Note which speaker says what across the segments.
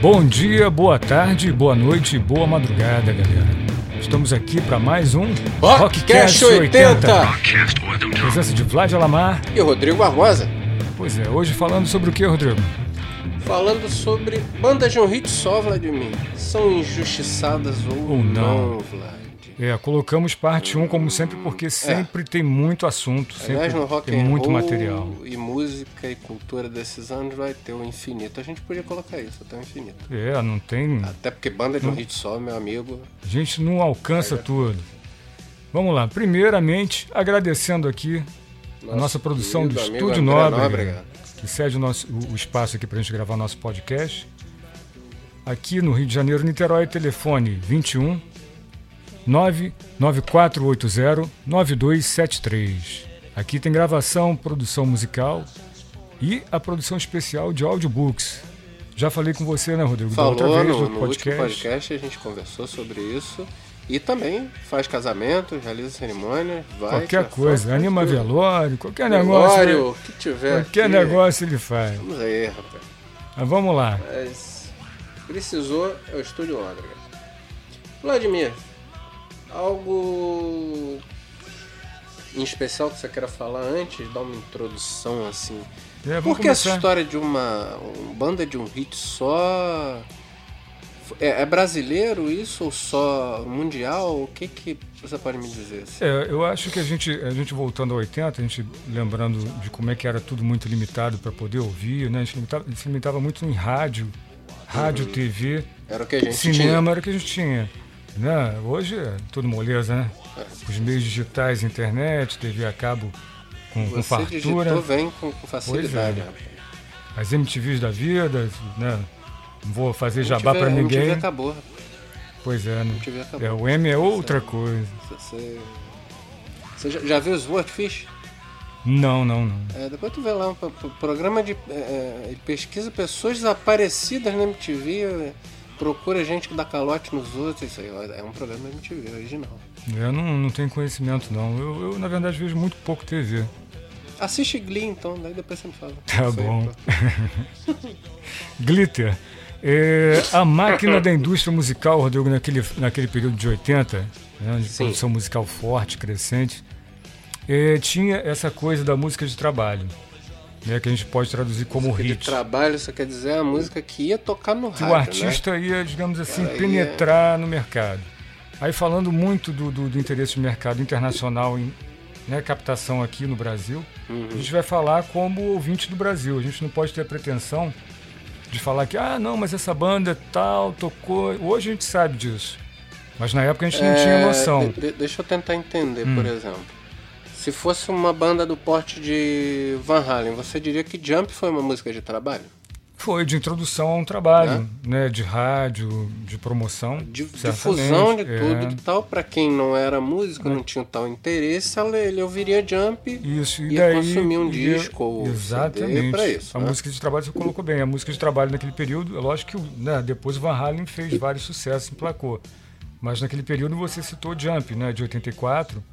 Speaker 1: Bom dia, boa tarde, boa noite, boa madrugada, galera. Estamos aqui para mais um
Speaker 2: Rockcast 80.
Speaker 1: Presença de Vlad Alamar.
Speaker 2: E o Rodrigo Barbosa,
Speaker 1: Pois é, hoje falando sobre o que, Rodrigo?
Speaker 2: falando sobre bandas de um hit só, Vladimir. São injustiçadas ou,
Speaker 1: Ou não.
Speaker 2: não. Vlad.
Speaker 1: É, colocamos parte 1 como sempre porque sempre tem muito assunto, sempre
Speaker 2: É. Aliás, no rock
Speaker 1: tem
Speaker 2: and
Speaker 1: muito
Speaker 2: roll
Speaker 1: material.
Speaker 2: e música e cultura desses anos vai ter o infinito. A gente podia colocar isso, até o infinito.
Speaker 1: É, não tem,
Speaker 2: Até porque banda de
Speaker 1: Hum.
Speaker 2: um hit só, meu amigo.
Speaker 1: a gente não alcança
Speaker 2: É.
Speaker 1: tudo. Vamos lá, primeiramente agradecendo aqui a nossa produção do
Speaker 2: querido amigo
Speaker 1: Estúdio
Speaker 2: André
Speaker 1: Nobre,
Speaker 2: Nóbrega.
Speaker 1: que cede o, nosso, o- o espaço aqui para a gente gravar nosso podcast. Aqui no Rio de Janeiro, Niterói, telefone 21 99480 9273. Aqui tem gravação, produção musical e a produção especial de audiobooks. Já falei com você, né, Rodrigo? Da
Speaker 2: Falou
Speaker 1: outra vez,
Speaker 2: no,
Speaker 1: do
Speaker 2: no último podcast, a gente conversou sobre isso. E também faz casamento, realiza cerimônias, vai.
Speaker 1: Qualquer
Speaker 2: faz
Speaker 1: coisa,
Speaker 2: foto,
Speaker 1: anima
Speaker 2: tudo.
Speaker 1: velório, qualquer negócio. né?
Speaker 2: Velório, o que tiver.
Speaker 1: Qualquer
Speaker 2: aqui.
Speaker 1: negócio ele faz.
Speaker 2: Vamos aí, rapaz.
Speaker 1: Mas vamos lá.
Speaker 2: Mas precisou é o Estúdio Óbrega. Vladimir, algo em especial que você queira falar antes? Dar uma introdução assim.
Speaker 1: É, vamos
Speaker 2: Por que essa
Speaker 1: começar.
Speaker 2: história de uma um banda de um hit só? É, é brasileiro isso ou só mundial? O que, que você pode me dizer? assim?
Speaker 1: É, eu acho que a gente, a gente voltando a 80, a gente lembrando de como é que era tudo muito limitado para poder ouvir, né? A gente limitava, se limitava muito em rádio, rádio, TV,
Speaker 2: Era o que Uhum. a gente
Speaker 1: cinema era o que a gente tinha. Né? Hoje é tudo moleza, né?
Speaker 2: É.
Speaker 1: Os meios digitais, internet, TV a cabo com, com
Speaker 2: tinha. Você
Speaker 1: fartura,
Speaker 2: digitou vem com, com facilidade. né?
Speaker 1: é. as
Speaker 2: rapaz.
Speaker 1: MTVs da vida, né? Não vou fazer
Speaker 2: Não
Speaker 1: jabá
Speaker 2: tiver-
Speaker 1: para
Speaker 2: não
Speaker 1: ninguém.
Speaker 2: tiver acabou. rapaz.
Speaker 1: Pois é, né?
Speaker 2: Não tiver acabou.
Speaker 1: É, o M é outra coisa.
Speaker 2: Você, você já, já viu os Swordfish?
Speaker 1: Não, não, não.
Speaker 2: É, depois tu vê lá um pro- pro- programa de é, é, pesquisa pessoas desaparecidas na MTV, é, procura gente que dá calote nos outros, isso aí ó, é um programa da MTV original.
Speaker 1: Eu não, não tenho conhecimento, não. Eu, eu, na verdade, vejo muito pouco TV.
Speaker 2: Assiste Glee então, daí depois você me fala.
Speaker 1: Tá
Speaker 2: Isso aí,
Speaker 1: bom.
Speaker 2: pronto. tá.
Speaker 1: Glitter. É, a máquina da indústria musical, Rodrigo, naquele, naquele período de 80, né, de
Speaker 2: Sim.
Speaker 1: produção musical forte, crescente, é, tinha essa coisa da música de trabalho, né, que a gente pode traduzir como
Speaker 2: Porque de
Speaker 1: hit.
Speaker 2: trabalho, isso quer dizer a música que ia tocar no
Speaker 1: que o
Speaker 2: rádio,
Speaker 1: artista ia, digamos assim,
Speaker 2: né? Cara, aí é
Speaker 1: penetrar no mercado. Aí falando muito do, do, do interesse de mercado internacional em né, captação aqui no Brasil,
Speaker 2: Uhum.
Speaker 1: a gente vai falar como ouvinte do Brasil. A gente não pode ter a pretensão de falar que, ah, não, mas essa banda tal, tocou. Hoje a gente sabe disso. Mas na época a gente
Speaker 2: né?
Speaker 1: não
Speaker 2: É,
Speaker 1: tinha noção. Hum.
Speaker 2: de- de- deixa eu tentar entender, por exemplo. Se fosse uma banda do porte de Van Halen, você diria que Jump foi uma música de trabalho?
Speaker 1: Foi de introdução a um trabalho, né? De rádio, de promoção.
Speaker 2: de
Speaker 1: certamente.
Speaker 2: difusão de
Speaker 1: É. Né?
Speaker 2: tudo e tal. Pra quem não era músico, não tinha tal interesse, ela- ele ouviria Jump.
Speaker 1: Isso, e
Speaker 2: Ia
Speaker 1: daí.
Speaker 2: consumir um
Speaker 1: ia-
Speaker 2: disco ou CD
Speaker 1: Exatamente.
Speaker 2: pra isso,
Speaker 1: a
Speaker 2: né?
Speaker 1: música de trabalho você colocou bem. A música de trabalho naquele período, é lógico que o- né, depois o Van Halen fez vários sucessos, emplacou. Mas naquele período você citou Jump, né, de 84,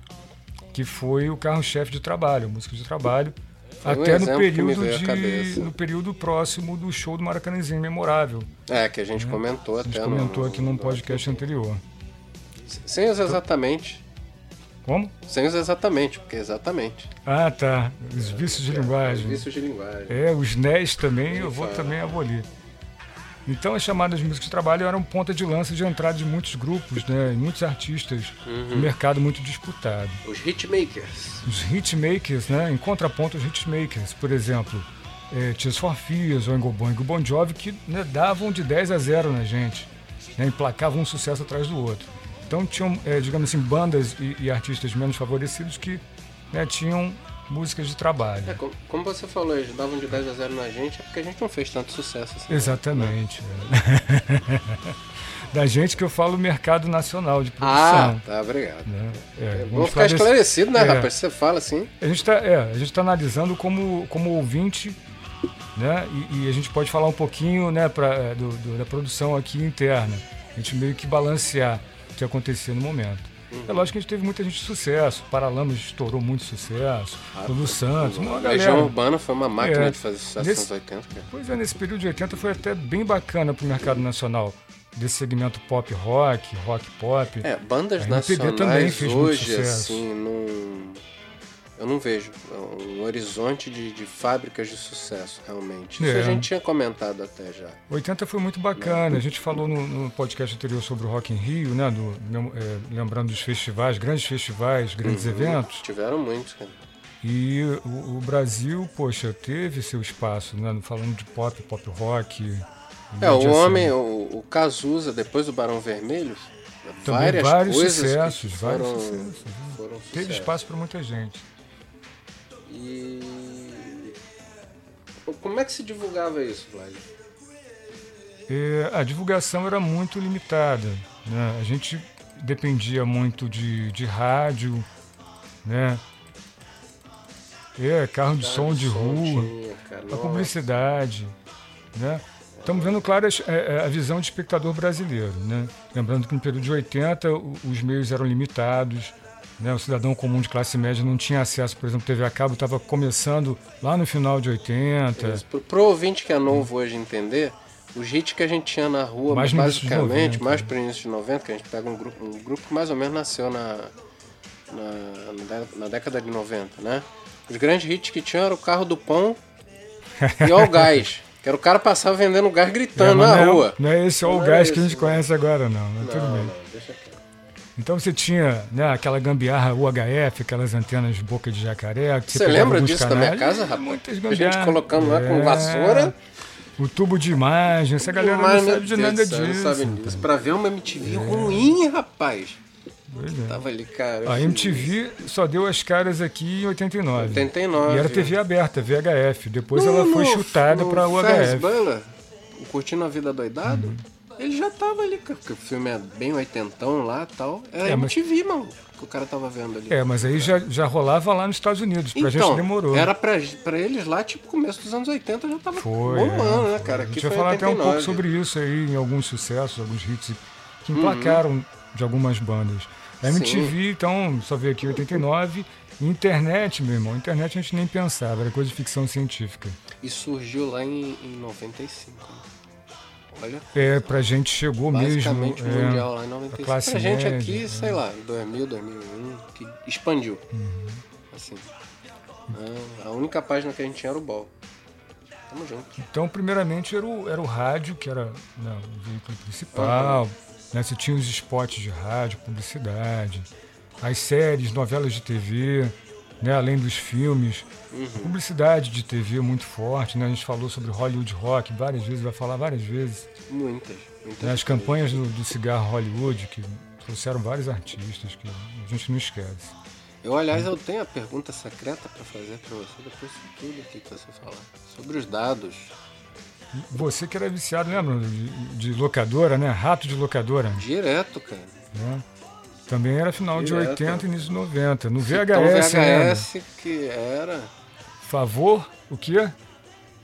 Speaker 1: que foi o carro-chefe de trabalho, a música de trabalho.
Speaker 2: um
Speaker 1: até no
Speaker 2: exemplo que me
Speaker 1: período,
Speaker 2: veio à
Speaker 1: de,
Speaker 2: cabeça.
Speaker 1: no período próximo do show do Maracanãzinho, memorável.
Speaker 2: É, que a gente comentou
Speaker 1: Né? A gente
Speaker 2: até. no-
Speaker 1: comentou aqui num
Speaker 2: no-
Speaker 1: podcast anterior.
Speaker 2: Sem os exatamente.
Speaker 1: Como?
Speaker 2: Sem os exatamente, porque exatamente.
Speaker 1: Ah, tá. Os vícios de linguagem.
Speaker 2: Vícios de linguagem.
Speaker 1: É, os NES também eu vou
Speaker 2: fala.
Speaker 1: também abolir. Então as chamadas músicas de trabalho eram ponta de lança de entrada de muitos grupos, né? E muitos artistas, um mercado muito disputado.
Speaker 2: Os hitmakers.
Speaker 1: Os hitmakers, né? Em contraponto aos hitmakers, por exemplo, é, Tears for Fears, Oingo Boingo, Bon Jovi, que né, davam de 10 a 0 na gente, né? Emplacavam um sucesso atrás do outro. Então tinham, é, digamos assim, bandas e, e artistas menos favorecidos que né, tinham músicas de trabalho.
Speaker 2: É, como, como você falou, eles davam de 10 a 0 na gente, é porque a gente não fez tanto sucesso assim.
Speaker 1: Exatamente. é. da gente que eu falo mercado nacional de
Speaker 2: Ah,
Speaker 1: produção.
Speaker 2: tá, obrigado.
Speaker 1: né? É,
Speaker 2: É bom
Speaker 1: vamos
Speaker 2: ficar
Speaker 1: esclarecer-
Speaker 2: esclarecido, né,
Speaker 1: É.
Speaker 2: rapaz? Você fala assim.
Speaker 1: A gente está analisando como, como ouvinte, né? E, e a gente pode falar um pouquinho né, pra, é, do- do- da produção aqui interna. A gente meio que balancear o que acontecia no momento.
Speaker 2: Uhum.
Speaker 1: É lógico que a gente teve muita gente de sucesso. Paralamas estourou muito sucesso.
Speaker 2: Ah,
Speaker 1: o Lu Santos, uma
Speaker 2: A Legião
Speaker 1: galera.
Speaker 2: Urbana foi uma máquina
Speaker 1: É,
Speaker 2: de fazer sucesso
Speaker 1: nesse-
Speaker 2: nos 80, cara.
Speaker 1: Pois é, nesse período de 80 foi até bem bacana pro mercado nacional. Desse segmento pop rock, rock pop.
Speaker 2: É, bandas
Speaker 1: A MPB
Speaker 2: nacionais
Speaker 1: também fez muito
Speaker 2: hoje,
Speaker 1: sucesso.
Speaker 2: assim, não. Eu não vejo um horizonte de, de fábricas de sucesso, realmente. Isso
Speaker 1: É.
Speaker 2: a gente tinha comentado até já.
Speaker 1: 80 foi muito bacana. A gente falou no, no podcast anterior sobre o Rock in Rio, né? Do, lem- é, lembrando dos festivais, grandes festivais,
Speaker 2: Uhum.
Speaker 1: grandes eventos.
Speaker 2: Tiveram muitos, cara.
Speaker 1: Uhum. E o, o Brasil, poxa, teve seu espaço, né? Falando de pop, pop rock.
Speaker 2: É, o
Speaker 1: mídia, assim,
Speaker 2: homem, o, o Cazuza, depois do Barão Vermelho,
Speaker 1: Também
Speaker 2: várias
Speaker 1: vários
Speaker 2: coisas que
Speaker 1: sucessos,
Speaker 2: foram,
Speaker 1: vários sucessos, né?
Speaker 2: foram
Speaker 1: Teve
Speaker 2: sucesso.
Speaker 1: espaço para muita gente.
Speaker 2: E como é que se divulgava isso, Vlad?
Speaker 1: É, a divulgação era muito limitada. né? A gente dependia muito de, de rádio, né? É, carro de som de rua.
Speaker 2: Tinha, Tá, cara,
Speaker 1: a
Speaker 2: nossa.
Speaker 1: publicidade, né? Estamos vendo, claro, as- é, é, a visão do espectador brasileiro, né? Lembrando que no período de 80 o- os meios eram limitados, né? O cidadão comum de classe média não tinha acesso, por exemplo, TV a cabo estava começando lá no final de 80.
Speaker 2: Mas pro, pro ouvinte que é novo hoje entender, os hits que a gente tinha na rua,
Speaker 1: Mais no início de
Speaker 2: basicamente,
Speaker 1: 90,
Speaker 2: mais pro início de 90, que a gente pega um grupo, um grupo que mais ou menos nasceu na, na, na dé- na década de 90, né? Os grandes hits que tinham era o carro do pão e o gás. Que era o cara passar vendendo gás
Speaker 1: É,
Speaker 2: gritando
Speaker 1: mas
Speaker 2: Tá na
Speaker 1: não é-
Speaker 2: rua.
Speaker 1: Não é esse o
Speaker 2: Não é
Speaker 1: gás que a
Speaker 2: esse,
Speaker 1: gente
Speaker 2: né?
Speaker 1: conhece agora, não. Mas tudo bem.
Speaker 2: deixa quieto.
Speaker 1: Então você tinha né, aquela gambiarra UHF, aquelas antenas boca de jacaré. que
Speaker 2: Você
Speaker 1: pegava
Speaker 2: lembra
Speaker 1: alguns
Speaker 2: disso
Speaker 1: canais.
Speaker 2: da minha casa,
Speaker 1: É,
Speaker 2: rapaz?
Speaker 1: muitas
Speaker 2: A gente
Speaker 1: gambiarras.
Speaker 2: colocando lá com
Speaker 1: É.
Speaker 2: vassoura.
Speaker 1: O tubo de imagem, essa galera
Speaker 2: Mas,
Speaker 1: não
Speaker 2: meu
Speaker 1: sabe de
Speaker 2: Deus
Speaker 1: nada
Speaker 2: do
Speaker 1: disso. É.
Speaker 2: céu, não sabe disso. Pra ver uma MTV ruim, rapaz.
Speaker 1: Pois é.
Speaker 2: Tava ali, cara. assim,
Speaker 1: A MTV só deu as caras aqui em 89.
Speaker 2: 89.
Speaker 1: E era TV aberta, VHF. Depois ela
Speaker 2: No-
Speaker 1: foi
Speaker 2: no-
Speaker 1: chutada
Speaker 2: no
Speaker 1: pra
Speaker 2: Ferris
Speaker 1: UHF.
Speaker 2: Bueller, o Curtindo a Vida Doidado,
Speaker 1: Uhum.
Speaker 2: ele já tava ali, cara. Porque o filme é bem oitentão lá e tal. Era
Speaker 1: É, mas-
Speaker 2: MTV, mano, que o cara tava vendo ali. Então,
Speaker 1: É, mas aí já, já rolava lá nos Estados Unidos. Pra gente demorou.
Speaker 2: era pra, pra eles lá, tipo, começo dos anos 80 já tava
Speaker 1: Foi.
Speaker 2: bombando,
Speaker 1: é,
Speaker 2: né,
Speaker 1: foi.
Speaker 2: cara?
Speaker 1: A
Speaker 2: Aqui
Speaker 1: gente vai
Speaker 2: foi
Speaker 1: falar até um pouco
Speaker 2: 89.
Speaker 1: sobre isso aí em alguns sucessos, alguns hits que
Speaker 2: Uhum.
Speaker 1: emplacaram de algumas bandas. A MTV, então, só veio aqui em 89. Internet, meu irmão, internet a gente nem pensava, era coisa de ficção científica.
Speaker 2: E surgiu lá em, em 95. né? Olha,
Speaker 1: É, pra gente chegou mesmo.
Speaker 2: basicamente
Speaker 1: é,
Speaker 2: mundial lá em 95. Pra
Speaker 1: classe
Speaker 2: gente
Speaker 1: média,
Speaker 2: aqui,
Speaker 1: é.
Speaker 2: sei lá, 2000, 2001, que expandiu.
Speaker 1: Uhum.
Speaker 2: Assim. Ah, A única página que a gente tinha era o Ball. Tamo junto.
Speaker 1: Então, primeiramente, era o, era o rádio, que era né, o veículo principal. Né, você tinha os spots de rádio, publicidade, as séries, novelas de TV, né, além dos filmes. Publicidade de TV muito forte. Né, a gente falou sobre Hollywood Rock várias vezes, vai falar várias vezes.
Speaker 2: Muitas. muitas
Speaker 1: Né, as campanhas do, do cigarro Hollywood, que trouxeram vários artistas, que a gente não esquece.
Speaker 2: Eu, aliás, eu tenho a pergunta secreta pra fazer pra você depois de tudo aqui que você falar. Sobre os dados.
Speaker 1: E você que era viciado, lembra? De, de locadora, né? Rato de locadora.
Speaker 2: Direto, cara.
Speaker 1: né? Também era final de
Speaker 2: Direto.
Speaker 1: 80 e início de 90. No VHS,
Speaker 2: então,
Speaker 1: ainda.
Speaker 2: VHS que era.
Speaker 1: Favor, o quê?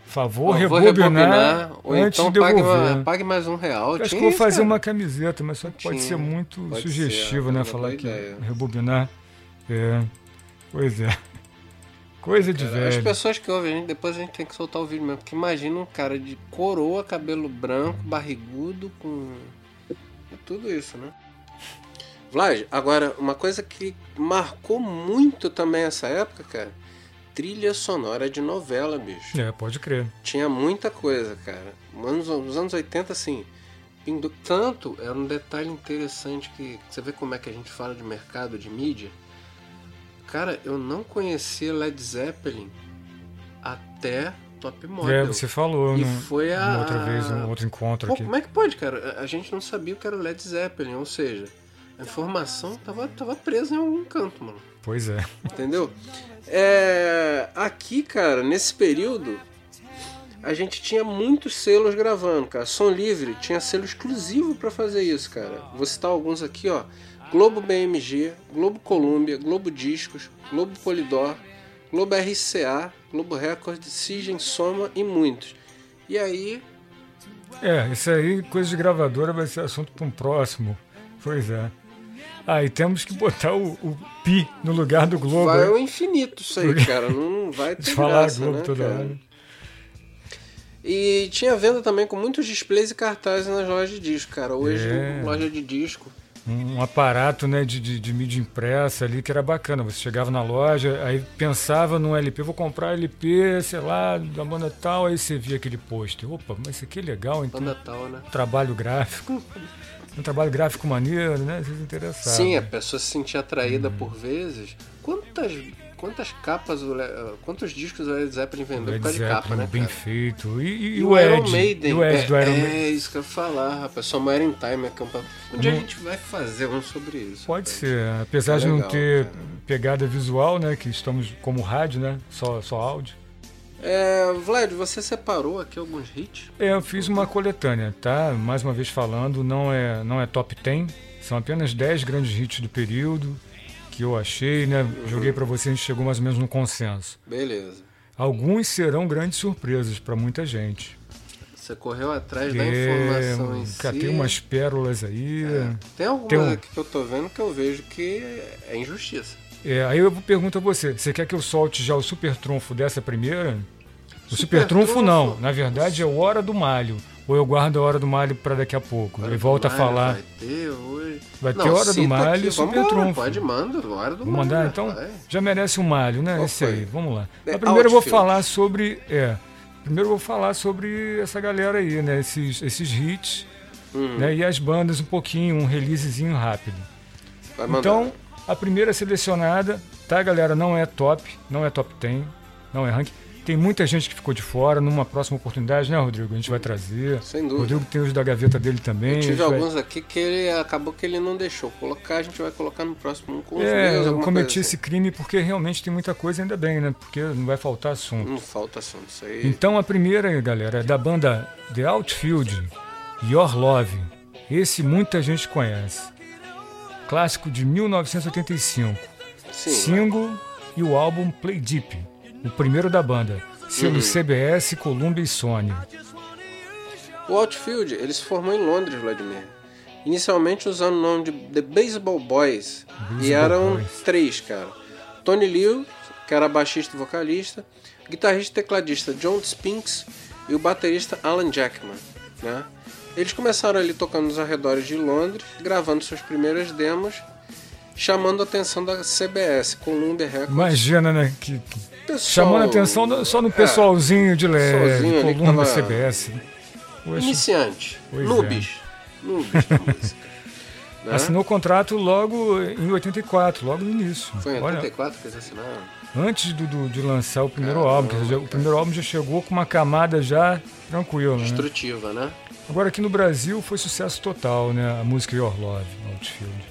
Speaker 1: Favor,
Speaker 2: Eu vou
Speaker 1: rebobinar,
Speaker 2: Ou
Speaker 1: antes
Speaker 2: então
Speaker 1: de
Speaker 2: pague, uma-
Speaker 1: devolver.
Speaker 2: pague mais um real.
Speaker 1: Eu Acho
Speaker 2: Tinha
Speaker 1: que vou
Speaker 2: isso,
Speaker 1: fazer
Speaker 2: cara.
Speaker 1: uma camiseta, mas só que pode
Speaker 2: Tinha.
Speaker 1: ser muito
Speaker 2: Pode
Speaker 1: sugestivo,
Speaker 2: ser, é
Speaker 1: né?
Speaker 2: uma
Speaker 1: Falar
Speaker 2: boa
Speaker 1: que
Speaker 2: ideia.
Speaker 1: rebobinar. É. Pois é. Coisa de
Speaker 2: As
Speaker 1: velho.
Speaker 2: pessoas que ouvem a gente, depois a gente tem que soltar o vídeo mesmo. Porque imagina um cara de coroa, cabelo branco, barrigudo, com. com tudo isso, né? Vlad, agora, uma coisa que marcou muito também essa época, cara. Trilha sonora de novela, bicho.
Speaker 1: É, pode crer.
Speaker 2: Tinha muita coisa, cara. Nos, nos anos 80, assim. Pindu... Tanto era um detalhe interessante que você vê como é que a gente fala de mercado, de mídia. Cara, eu não conhecia Led Zeppelin até Top
Speaker 1: É,
Speaker 2: Model.
Speaker 1: você falou,
Speaker 2: E
Speaker 1: né?
Speaker 2: foi a-
Speaker 1: uma outra vez, um outro encontro
Speaker 2: Pô,
Speaker 1: aqui.
Speaker 2: como é que pode, cara? A a gente não sabia o que era Led Zeppelin, ou seja, a informação tava, tava presa em algum canto, mano.
Speaker 1: Pois é.
Speaker 2: Entendeu? É, aqui, cara, nesse período, a gente tinha muitos selos gravando, cara. Som Livre tinha selo exclusivo pra fazer isso, cara. Vou citar alguns aqui, ó. Globo BMG, Globo Colômbia, Globo Discos, Globo Polidor, Globo RCA, Globo Record, Sigen Soma e muitos. E aí,
Speaker 1: É, isso aí, coisa de gravadora vai ser assunto para um próximo. Pois é. Aí temos que botar o, o pi no lugar do Globo.
Speaker 2: Vai
Speaker 1: né?
Speaker 2: ao infinito isso aí, cara. Não vai ter
Speaker 1: Falar
Speaker 2: graça,
Speaker 1: Globo
Speaker 2: né,
Speaker 1: toda
Speaker 2: cara?
Speaker 1: hora.
Speaker 2: E tinha venda também com muitos displays e cartazes nas lojas de disco, cara. Hoje,
Speaker 1: É.
Speaker 2: loja de disco.
Speaker 1: um aparato né, de, de, de mídia impressa ali que era bacana. Você chegava na loja, aí pensava num LP, vou comprar LP, sei lá, da banda tal, aí você via aquele pôster. Opa, mas isso aqui é legal, então
Speaker 2: Banda tal, né?
Speaker 1: trabalho gráfico. Um trabalho gráfico maneiro, né? Vocês interessavam.
Speaker 2: Sim, a pessoa se sentia atraída
Speaker 1: Hum.
Speaker 2: por vezes. Quantas, quantas capas, o Le- quantos discos o Led Zeppelin vendeu por
Speaker 1: Led
Speaker 2: causa de
Speaker 1: Zeppelin,
Speaker 2: capa, né?
Speaker 1: bem
Speaker 2: cara?
Speaker 1: feito. E, e-
Speaker 2: E
Speaker 1: o Ed,
Speaker 2: Iron Maiden.
Speaker 1: e o Ed
Speaker 2: é,
Speaker 1: do Iron Maiden.
Speaker 2: é isso que eu ia falar, rapaz. Só uma Iron Time a campanha. Um dia a
Speaker 1: Não-
Speaker 2: gente vai fazer um sobre isso.
Speaker 1: Hum. Pode
Speaker 2: rapaz.
Speaker 1: ser, apesar
Speaker 2: É
Speaker 1: de não
Speaker 2: legal,
Speaker 1: ter
Speaker 2: cara.
Speaker 1: pegada visual, né? Que estamos como rádio, né? Só, só áudio.
Speaker 2: É, Vlad, você separou aqui alguns hits?
Speaker 1: É, eu fiz uma coletânea, tá? Mais uma vez falando, não é, não é top 10, são apenas 10 grandes hits do período que eu achei, né? Joguei pra você, a gente chegou mais ou menos no consenso.
Speaker 2: Beleza.
Speaker 1: Alguns serão grandes surpresas pra muita gente.
Speaker 2: Você correu atrás da
Speaker 1: Porque,
Speaker 2: informação em
Speaker 1: cara,
Speaker 2: si. é.
Speaker 1: tem umas pérolas aí.
Speaker 2: Tem algumas
Speaker 1: Tem um-
Speaker 2: aqui que eu tô vendo que eu vejo que é injustiça.
Speaker 1: É, aí eu pergunto a você, você quer que eu solte já o super trunfo dessa primeira? O super,
Speaker 2: Super
Speaker 1: trunfo,
Speaker 2: trunfo?
Speaker 1: não, na verdade é o hora do malho. Ou eu guardo a hora do malho pra daqui a pouco.
Speaker 2: Hora
Speaker 1: e
Speaker 2: do
Speaker 1: volta a
Speaker 2: Malho
Speaker 1: falar.
Speaker 2: Vai ter hoje.
Speaker 1: Vai ter Hora do
Speaker 2: cita
Speaker 1: Malho
Speaker 2: aqui,
Speaker 1: e Super
Speaker 2: vambora,
Speaker 1: Trunfo.
Speaker 2: Pode manda, hora do
Speaker 1: Vou
Speaker 2: Malho,
Speaker 1: mandar, então
Speaker 2: vai.
Speaker 1: já merece um malho, né?
Speaker 2: Qual
Speaker 1: Esse aí,
Speaker 2: foi?
Speaker 1: vamos lá.
Speaker 2: É,
Speaker 1: Mas primeiro eu vou
Speaker 2: Outfield.
Speaker 1: falar sobre. É, primeiro eu vou falar sobre essa galera aí, né? Esses, esses hits
Speaker 2: Hum.
Speaker 1: né? e as bandas um pouquinho, um releasezinho rápido.
Speaker 2: Vai mandar.
Speaker 1: Então, a primeira selecionada, tá, galera? Não é top, não é top 10, não é ranking. Tem muita gente que ficou de fora, numa próxima oportunidade, né, Rodrigo? A gente vai trazer.
Speaker 2: Sem dúvida.
Speaker 1: Rodrigo tem os da gaveta dele também. a gente
Speaker 2: Tive
Speaker 1: vai-
Speaker 2: alguns aqui que ele acabou que ele não deixou colocar, a gente vai colocar no próximo um com os
Speaker 1: É,
Speaker 2: meus,
Speaker 1: eu
Speaker 2: alguma
Speaker 1: cometi
Speaker 2: coisa assim.
Speaker 1: esse crime porque realmente tem muita coisa, ainda bem, né? Porque não vai faltar assunto.
Speaker 2: assim. Não falta assunto, isso aí.
Speaker 1: Então a primeira, galera, é da banda The Outfield, Your Love. Esse muita gente conhece. Clássico de 1985.
Speaker 2: Sim,
Speaker 1: Single e o álbum Play Deep, o primeiro da banda. Selo
Speaker 2: Uhum.
Speaker 1: CBS, Columbia e Sony.
Speaker 2: O Outfield, ele se formou em Londres, Vladimir. Inicialmente usando o nome de The Baseball Boys. e
Speaker 1: Baseball
Speaker 2: eram
Speaker 1: Boys.
Speaker 2: três, cara. Tony Liu, que era baixista e vocalista, guitarrista e tecladista John Spinks e o baterista Alan Jackman, né? Eles começaram ali tocando nos arredores de Londres, gravando suas primeiras demos, chamando a atenção da CBS, Columbia Records.
Speaker 1: Imagina, né? Que, que-
Speaker 2: Pessoal- é,
Speaker 1: chamando a atenção no- só no pessoalzinho de
Speaker 2: pessoalzinho
Speaker 1: leve,
Speaker 2: ali que
Speaker 1: Columbia
Speaker 2: tava-
Speaker 1: CBS. Poxa,
Speaker 2: Iniciante.
Speaker 1: Pois é.
Speaker 2: Nubes. Nubes da música. né?
Speaker 1: assinou o contrato logo em 84, logo no início.
Speaker 2: Foi em
Speaker 1: Olha,
Speaker 2: 84 que eles assinaram?
Speaker 1: antes do, do- de lançar o primeiro
Speaker 2: Caramba,
Speaker 1: álbum. Quer dizer, o
Speaker 2: cara.
Speaker 1: primeiro álbum já chegou com uma camada já tranquila, né?
Speaker 2: Destrutiva, né?
Speaker 1: Agora aqui no Brasil foi sucesso total, né? A música Your Love, Outfield.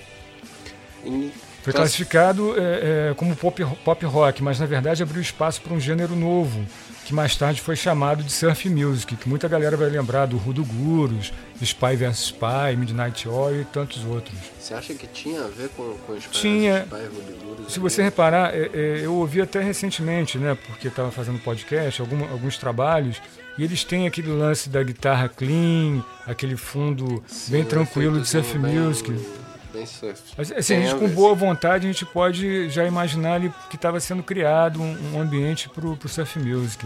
Speaker 2: E-
Speaker 1: Foi classificado é, é, como pop, pop rock, mas na verdade abriu espaço para um gênero novo, que mais tarde foi chamado de surf music, que muita galera vai lembrar do Rudo Gurus, Spy vs Spy, Midnight Oil e tantos outros.
Speaker 2: Você acha que tinha a ver com, com os
Speaker 1: Tinha.
Speaker 2: bairros de Lourdes
Speaker 1: Se
Speaker 2: ali?
Speaker 1: você reparar, é, é, eu ouvi até recentemente, né? Porque estava fazendo podcast, alguma- alguns trabalhos, e eles têm aquele lance da guitarra clean, aquele fundo
Speaker 2: Sim,
Speaker 1: é bem
Speaker 2: um
Speaker 1: tranquilo de surf
Speaker 2: efeitozinho bem-
Speaker 1: music.
Speaker 2: Bem surf.
Speaker 1: Mas, assim, a
Speaker 2: Tem
Speaker 1: gente
Speaker 2: a
Speaker 1: com
Speaker 2: ver.
Speaker 1: boa vontade, a gente pode já imaginar ali que estava sendo criado um, um ambiente para o surf music.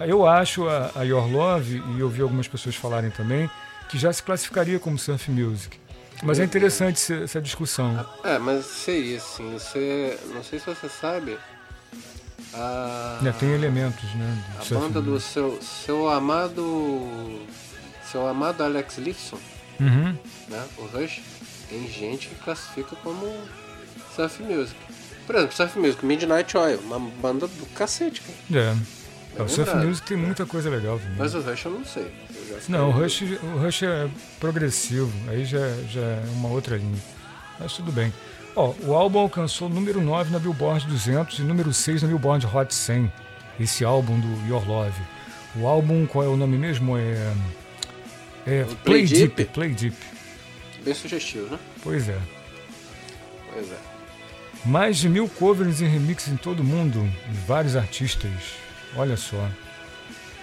Speaker 1: Eu acho a, a Your Love, e eu vi algumas pessoas falarem também, que já se classificaria como surf music. Mas
Speaker 2: Uhum.
Speaker 1: é interessante essa, essa discussão.
Speaker 2: É, mas seria assim, você. Não sei se você sabe. A,
Speaker 1: né? Tem elementos, né? do
Speaker 2: ah. a
Speaker 1: surf
Speaker 2: banda do
Speaker 1: music.
Speaker 2: seu, seu amado. Seu amado Alex Lifson,
Speaker 1: Uhum.
Speaker 2: né? O Rush, tem gente que classifica como surf music. Por exemplo, surf music, Midnight Oil, uma banda do cacete, cara.
Speaker 1: É.
Speaker 2: É
Speaker 1: O surf
Speaker 2: verdade.
Speaker 1: music tem muita coisa legal. viu?
Speaker 2: Mas o Rush eu não sei. Eu já
Speaker 1: Não, o
Speaker 2: fiquei-
Speaker 1: Rush, o Rush é progressivo, aí já, já é uma outra linha. Mas tudo bem. Ó, o álbum alcançou número 9 na Billboard 200 e número 6 na Billboard Hot 100. Esse álbum do Your Love. O álbum, qual é o nome mesmo? É. É Play,
Speaker 2: Play
Speaker 1: Deep.
Speaker 2: Deep.
Speaker 1: Play Deep.
Speaker 2: Bem sugestivo, né?
Speaker 1: Pois é.
Speaker 2: Pois é.
Speaker 1: Mais de mil covers e remixes em todo o mundo, de vários artistas. Olha só.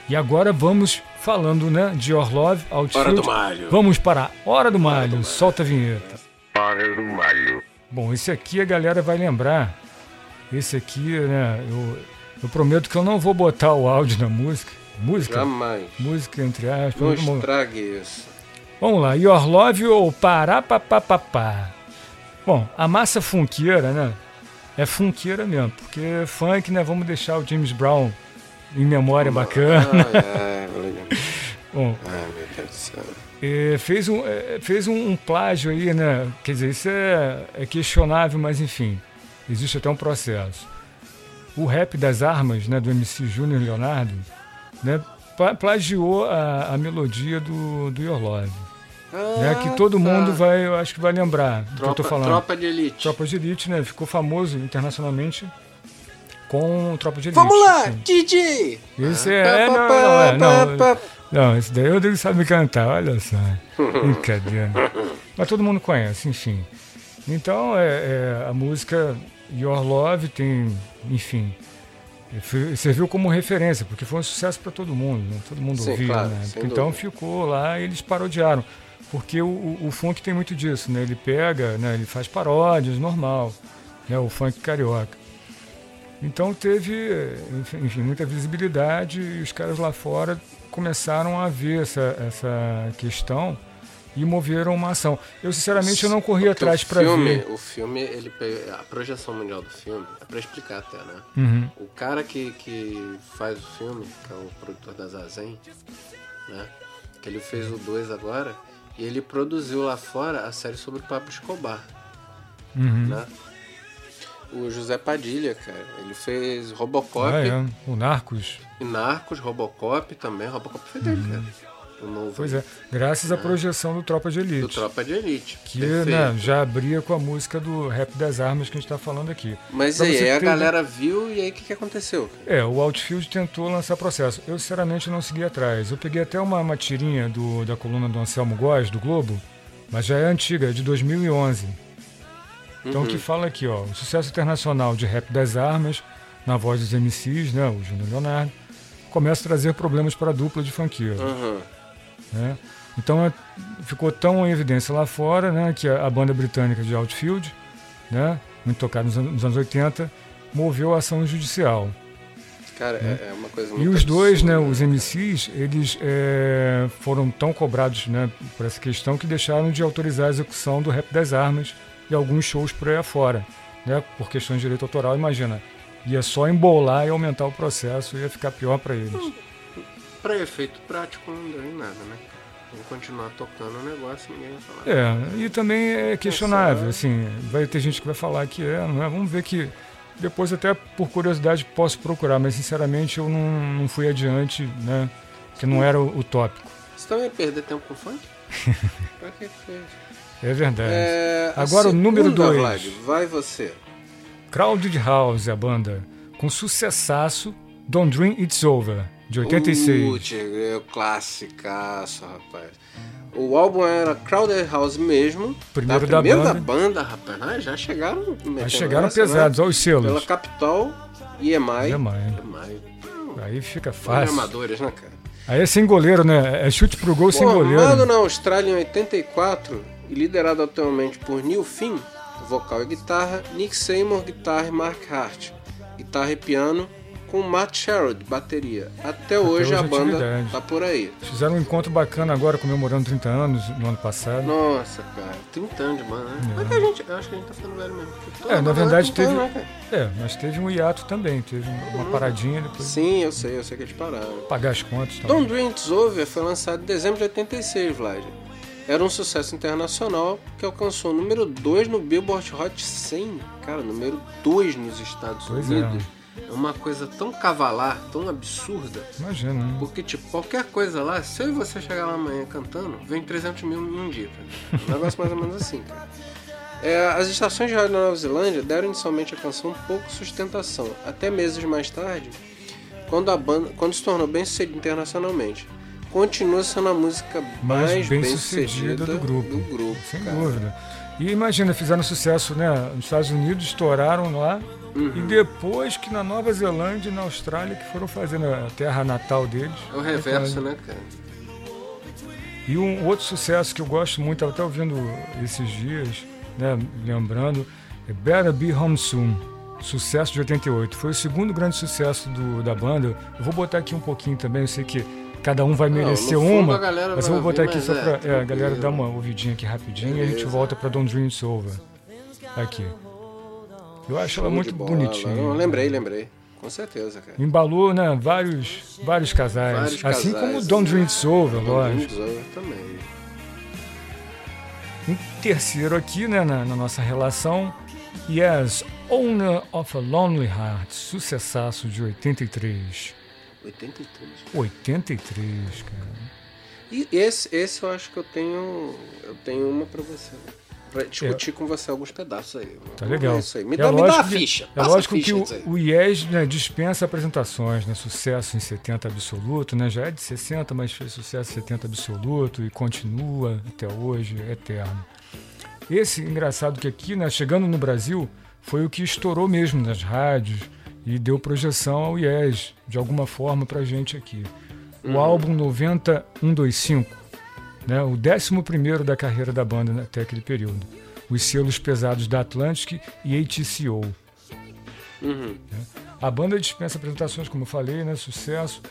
Speaker 1: E agora vamos falando, né, de Your Love, Outfield.
Speaker 2: Malho.
Speaker 1: Vamos para a Hora do Malho. Solta a vinheta.
Speaker 3: para do Malho.
Speaker 1: Bom, esse aqui a galera vai lembrar. Esse aqui, né? Eu, eu prometo que eu não vou botar o áudio na música. Música?
Speaker 2: Jamais.
Speaker 1: Música, entre aspas.
Speaker 2: Não
Speaker 1: vamos-
Speaker 2: estrague isso.
Speaker 1: Vamos lá, Your Love ou Pará Papapá. Bom, a massa funkeira, né? É funkeira mesmo, porque funk, né? Vamos deixar o James Brown em memória bacana.
Speaker 2: Ai, ai, olha.
Speaker 1: Bom,
Speaker 2: ai, meu Deus do céu.
Speaker 1: eh, fez um, eh, fez um, um plágio aí, né? Quer dizer, isso é, é questionável, mas enfim, existe até um processo. O rap das armas, né? Do MC Júnior Leonardo, né? pla- Plagiou a, a melodia do, do Your Love. né, que todo
Speaker 2: Ah, tá.
Speaker 1: mundo vai, eu acho que vai lembrar do que eu
Speaker 2: Tropa,
Speaker 1: tô falando. Tropa,
Speaker 2: tropa de elite.
Speaker 1: de Elite, né? Ficou famoso internacionalmente com Tropa de Elite.
Speaker 2: Vamos lá, Ah.
Speaker 1: assim.
Speaker 2: DJ!
Speaker 1: Esse é, é, não, não, é, não, não, esse daí é o Rodrigo sabe cantar, olha só. Brincadeira. Mas todo mundo conhece, enfim. Então, é, é, a música Your Love tem, enfim, é, foi- serviu como referência, porque foi um sucesso para todo mundo, né? todo mundo
Speaker 2: Sim,
Speaker 1: ouvia
Speaker 2: claro,
Speaker 1: na época.
Speaker 2: sem
Speaker 1: Então
Speaker 2: dúvida.
Speaker 1: ficou lá e eles parodiaram. Porque o, o, o funk tem muito disso, né? Ele pega, né? ele faz paródias, normal. Né? O funk carioca. Então teve, enfim, muita visibilidade e os caras lá fora começaram a ver essa, essa questão e moveram uma ação. Eu, sinceramente, eu não corri
Speaker 2: Porque
Speaker 1: atrás
Speaker 2: o
Speaker 1: para
Speaker 2: filme-
Speaker 1: ver.
Speaker 2: O filme, ele pe- a projeção mundial do filme, é pra explicar até, né?
Speaker 1: Uhum.
Speaker 2: O cara que, que faz o filme, que é o produtor da Zazen, né? Que ele fez o 2 agora, e ele produziu lá fora a série sobre o Pablo Escobar,
Speaker 1: Uhum.
Speaker 2: né? O José Padilha, cara, ele fez Robocop
Speaker 1: Ah, é. O Narcos.
Speaker 2: e Narcos, Robocop também, Robocop foi dele, cara. O novo
Speaker 1: Uhum. Pois é. Graças à projeção do Tropa de
Speaker 2: do
Speaker 1: Elite.
Speaker 2: Tropa de Elite.
Speaker 1: Que
Speaker 2: perfeito.
Speaker 1: né, já abria com a música do Rap das Armas que a gente está falando aqui.
Speaker 2: Mas
Speaker 1: Pra
Speaker 2: aí,
Speaker 1: você
Speaker 2: aí a
Speaker 1: ter- né?
Speaker 2: galera viu e aí o que, que aconteceu? cara?
Speaker 1: É, o Outfield tentou lançar processo. Eu, sinceramente, não segui atrás. Eu peguei até uma, uma tirinha do, da coluna do Anselmo Góes, do Globo, mas já é antiga, é de 2011. Então, o que fala aqui, ó, o sucesso internacional de Rap das Armas, na voz dos MCs, né, o Júnior Leonardo, começa a trazer problemas para a dupla de funkeiro.
Speaker 2: Aham.
Speaker 1: né? Então é- ficou tão em evidência lá fora né, que a, a banda britânica de Outfield, né, muito tocada nos, an- nos anos 80, moveu a ação judicial.
Speaker 2: Cara, é, é uma coisa muito
Speaker 1: Né? E os dois, né,
Speaker 2: absurda.
Speaker 1: os MCs, eles é, foram tão cobrados né, por essa questão que deixaram de autorizar a execução do rap das armas e alguns shows por aí afora. Né, por questões de direito autoral, imagina. Ia só embolar e aumentar o processo, ia ficar pior para eles.
Speaker 2: Pra efeito prático não deu em nada, né? Vamos continuar tocando o negócio, ninguém vai falar.
Speaker 1: É, e também é questionável, assim, vai ter gente que vai falar que é, não é? Vamos ver que depois até por curiosidade posso procurar, mas sinceramente eu não, não fui adiante, né? Que não era o, o tópico.
Speaker 2: Você também ia perder tempo com funk? pra que fez?
Speaker 1: É verdade.
Speaker 2: É, a
Speaker 1: Agora o número
Speaker 2: segunda,
Speaker 1: dois.
Speaker 2: Vlad, vai você.
Speaker 1: Crowded House, é a banda, com sucessaço Don't Dream It's Over, de 86.
Speaker 2: Uh, Diego, é o classicaço, rapaz. O álbum era Crowded House mesmo.
Speaker 1: Primeiro
Speaker 2: tá?
Speaker 1: da
Speaker 2: Primeiro
Speaker 1: banda.
Speaker 2: da banda, rapaz. Ah, já chegaram. metendo
Speaker 1: Mas chegaram
Speaker 2: essa, né?
Speaker 1: pesados, olha os
Speaker 2: Pela
Speaker 1: selos.
Speaker 2: Capital e EMI.
Speaker 1: EMI.
Speaker 2: EMI.
Speaker 1: Aí fica
Speaker 2: Olha,
Speaker 1: fácil.
Speaker 2: amadores, né, cara?
Speaker 1: Aí é sem goleiro, né? É chute pro gol sem
Speaker 2: Formado
Speaker 1: goleiro.
Speaker 2: na Austrália em 84 e liderado atualmente por Neil Finn, vocal e guitarra, Nick Seymour, guitarra e Mark Hart, guitarra e piano, com Matt Sherrod, bateria. Até
Speaker 1: hoje
Speaker 2: hoje a
Speaker 1: a
Speaker 2: banda
Speaker 1: atividade.
Speaker 2: tá por aí.
Speaker 1: Fizeram um encontro bacana agora, comemorando 30 anos no ano passado.
Speaker 2: Nossa, cara, 30 anos de banda, né? Mas a gente, eu acho que a gente tá ficando velho mesmo. porque toda
Speaker 1: É, na
Speaker 2: banda
Speaker 1: verdade
Speaker 2: tem 30
Speaker 1: teve.
Speaker 2: anos, né, cara?
Speaker 1: É, mas teve um hiato também, teve uma paradinha depois
Speaker 2: Sim, eu sei, eu sei que eles pararam.
Speaker 1: pagar as contas. Tá?
Speaker 2: Don't Dream It's Over foi lançado em dezembro de 86, Vlad. Era um sucesso internacional que alcançou o número 2 no Billboard Hot 100. Cara, número 2 nos Estados
Speaker 1: Pois é.
Speaker 2: Unidos. É. uma coisa tão cavalar, tão absurda.
Speaker 1: Imagina, né?
Speaker 2: Porque, tipo, qualquer coisa lá, se eu e você chegar lá amanhã cantando, vem 300 mil em um dia. Cara. Um negócio mais ou menos assim, cara. É, as estações de rádio na Nova Zelândia deram inicialmente à canção um pouco sustentação, até meses mais tarde, quando a banda quando se tornou bem sucedida internacionalmente. Continua sendo a música mais,
Speaker 1: mais bem, sucedida do grupo.
Speaker 2: do grupo,
Speaker 1: sem
Speaker 2: cara.
Speaker 1: dúvida. E imagina, fizeram sucesso né, nos Estados Unidos, estouraram lá. E
Speaker 2: Uhum.
Speaker 1: depois que na Nova Zelândia e na Austrália, que foram fazendo a terra natal deles.
Speaker 2: É o reverso, né, cara?
Speaker 1: E um outro sucesso que eu gosto muito, estava até ouvindo esses dias, né, lembrando, é Better Be Home Soon, sucesso de 88. Foi o segundo grande sucesso do, da banda. Eu vou botar aqui um pouquinho também, eu sei que cada um vai merecer
Speaker 2: no fundo
Speaker 1: uma,
Speaker 2: a galera
Speaker 1: mas eu
Speaker 2: vai
Speaker 1: vou botar
Speaker 2: ouvir,
Speaker 1: aqui
Speaker 2: mas
Speaker 1: só
Speaker 2: é,
Speaker 1: pra é, a galera
Speaker 2: tranquilo.
Speaker 1: dar uma ouvidinha aqui rapidinho e a gente
Speaker 2: Beleza.
Speaker 1: volta pra Don't Dream It's Over. Aqui. Eu acho ela
Speaker 2: Show
Speaker 1: muito
Speaker 2: de bola.
Speaker 1: bonitinha.
Speaker 2: Não, lembrei, lembrei. Com certeza, cara.
Speaker 1: Embalou, né, vários, vários casais.
Speaker 2: Vários
Speaker 1: assim
Speaker 2: casais,
Speaker 1: como Don't Dream It's Over, lógico.
Speaker 2: Jones também.
Speaker 1: Um terceiro aqui, né, na, na nossa relação. Yes, Owner of a Lonely Heart, sucessaço de 83.
Speaker 2: 83.
Speaker 1: 83, cara.
Speaker 2: E esse, esse eu acho que eu tenho. Eu tenho uma pra você. Pra discutir com você alguns pedaços aí.
Speaker 1: É. Tá
Speaker 2: Vamos
Speaker 1: legal.
Speaker 2: ver Isso aí. Me,
Speaker 1: É
Speaker 2: dá, me dá a
Speaker 1: lógico que-
Speaker 2: ficha.
Speaker 1: É
Speaker 2: Passa a
Speaker 1: lógico
Speaker 2: ficha
Speaker 1: que o,
Speaker 2: disso aí.
Speaker 1: o IES né, dispensa apresentações, né? Sucesso em 70 absoluto, né? Já é de 60, mas fez sucesso em 70 absoluto e continua até hoje, é eterno. Esse engraçado que aqui, né, chegando no Brasil, foi o que estourou mesmo nas rádios e deu projeção ao IES, de alguma forma, pra gente aqui. O
Speaker 2: Uhum.
Speaker 1: álbum 90125, né, o 11 da carreira da banda né, até aquele período. Os selos pesados da Atlantic e ATCO.
Speaker 2: Uhum.
Speaker 1: Né? A banda dispensa apresentações, como eu falei, né? Sucesso.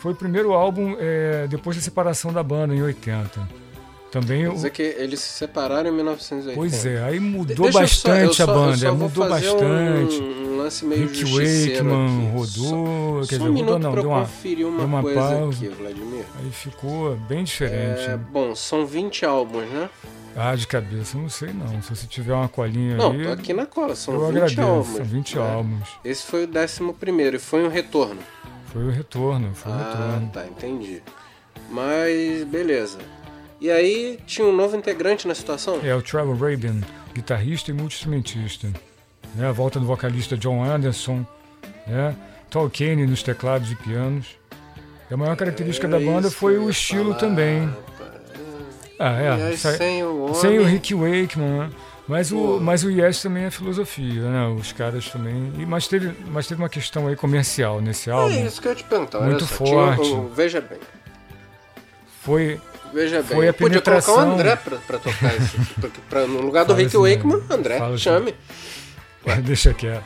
Speaker 1: Foi o primeiro álbum é, depois da separação da banda, em 80. Também o.
Speaker 2: Quer dizer que eles se separaram em 1980.
Speaker 1: Pois é, aí
Speaker 2: De-
Speaker 1: mudou
Speaker 2: deixa eu só- eu
Speaker 1: bastante
Speaker 2: só-
Speaker 1: a
Speaker 2: eu
Speaker 1: banda,
Speaker 2: só vou
Speaker 1: mudou
Speaker 2: fazer
Speaker 1: bastante.
Speaker 2: Um, um lance meio
Speaker 1: Rick
Speaker 2: justiceiro
Speaker 1: Wakeman
Speaker 2: aqui. Só-
Speaker 1: rodou,
Speaker 2: Só,
Speaker 1: quer dizer,
Speaker 2: um
Speaker 1: rodou
Speaker 2: minuto
Speaker 1: não,
Speaker 2: pra
Speaker 1: deu
Speaker 2: eu
Speaker 1: uma.
Speaker 2: conferir
Speaker 1: deu
Speaker 2: uma,
Speaker 1: uma
Speaker 2: coisa
Speaker 1: pausa.
Speaker 2: aqui, Vladimir.
Speaker 1: Aí ficou bem diferente.
Speaker 2: É,
Speaker 1: né?
Speaker 2: bom, são 20 álbuns, né?
Speaker 1: Ah, de cabeça, eu não sei não. Se você tiver uma colinha
Speaker 2: Não,
Speaker 1: aí,
Speaker 2: tô aqui na cola, são
Speaker 1: eu
Speaker 2: 20
Speaker 1: agradeço.
Speaker 2: álbuns.
Speaker 1: São 20
Speaker 2: né?
Speaker 1: álbuns.
Speaker 2: Esse foi o 11 e foi um retorno.
Speaker 1: Foi o retorno, foi o
Speaker 2: Ah,
Speaker 1: retorno.
Speaker 2: tá, entendi. Mas beleza. E aí tinha um novo integrante na situação?
Speaker 1: É o Trevor Rabin, guitarrista e multi-instrumentista. Né, a volta do vocalista John Anderson, né? Tal Kane nos teclados e pianos. E a maior característica da
Speaker 2: Era
Speaker 1: banda
Speaker 2: É isso
Speaker 1: foi
Speaker 2: que eu
Speaker 1: o
Speaker 2: ia
Speaker 1: estilo
Speaker 2: falar,
Speaker 1: também.
Speaker 2: rapaz.
Speaker 1: Ah,
Speaker 2: E
Speaker 1: é.
Speaker 2: aí,
Speaker 1: sa-
Speaker 2: sem o homem.
Speaker 1: sem o Rick Wakeman, né? Mas
Speaker 2: Pô.
Speaker 1: o, mas o Yes também é filosofia, né? Os caras também. E, mas, teve, mas teve uma questão aí comercial nesse
Speaker 2: É
Speaker 1: álbum.
Speaker 2: isso que eu ia te perguntar.
Speaker 1: Muito
Speaker 2: olha só, tinha
Speaker 1: forte.
Speaker 2: um- veja bem,
Speaker 1: Foi.
Speaker 2: veja bem.
Speaker 1: Foi a
Speaker 2: eu podia
Speaker 1: penetração.
Speaker 2: colocar o André pra, pra tocar isso. porque pra- no lugar do
Speaker 1: Fala
Speaker 2: Rick
Speaker 1: isso mesmo.
Speaker 2: Wakeman, André,
Speaker 1: Fala isso
Speaker 2: chame. É.
Speaker 1: Deixa quieto.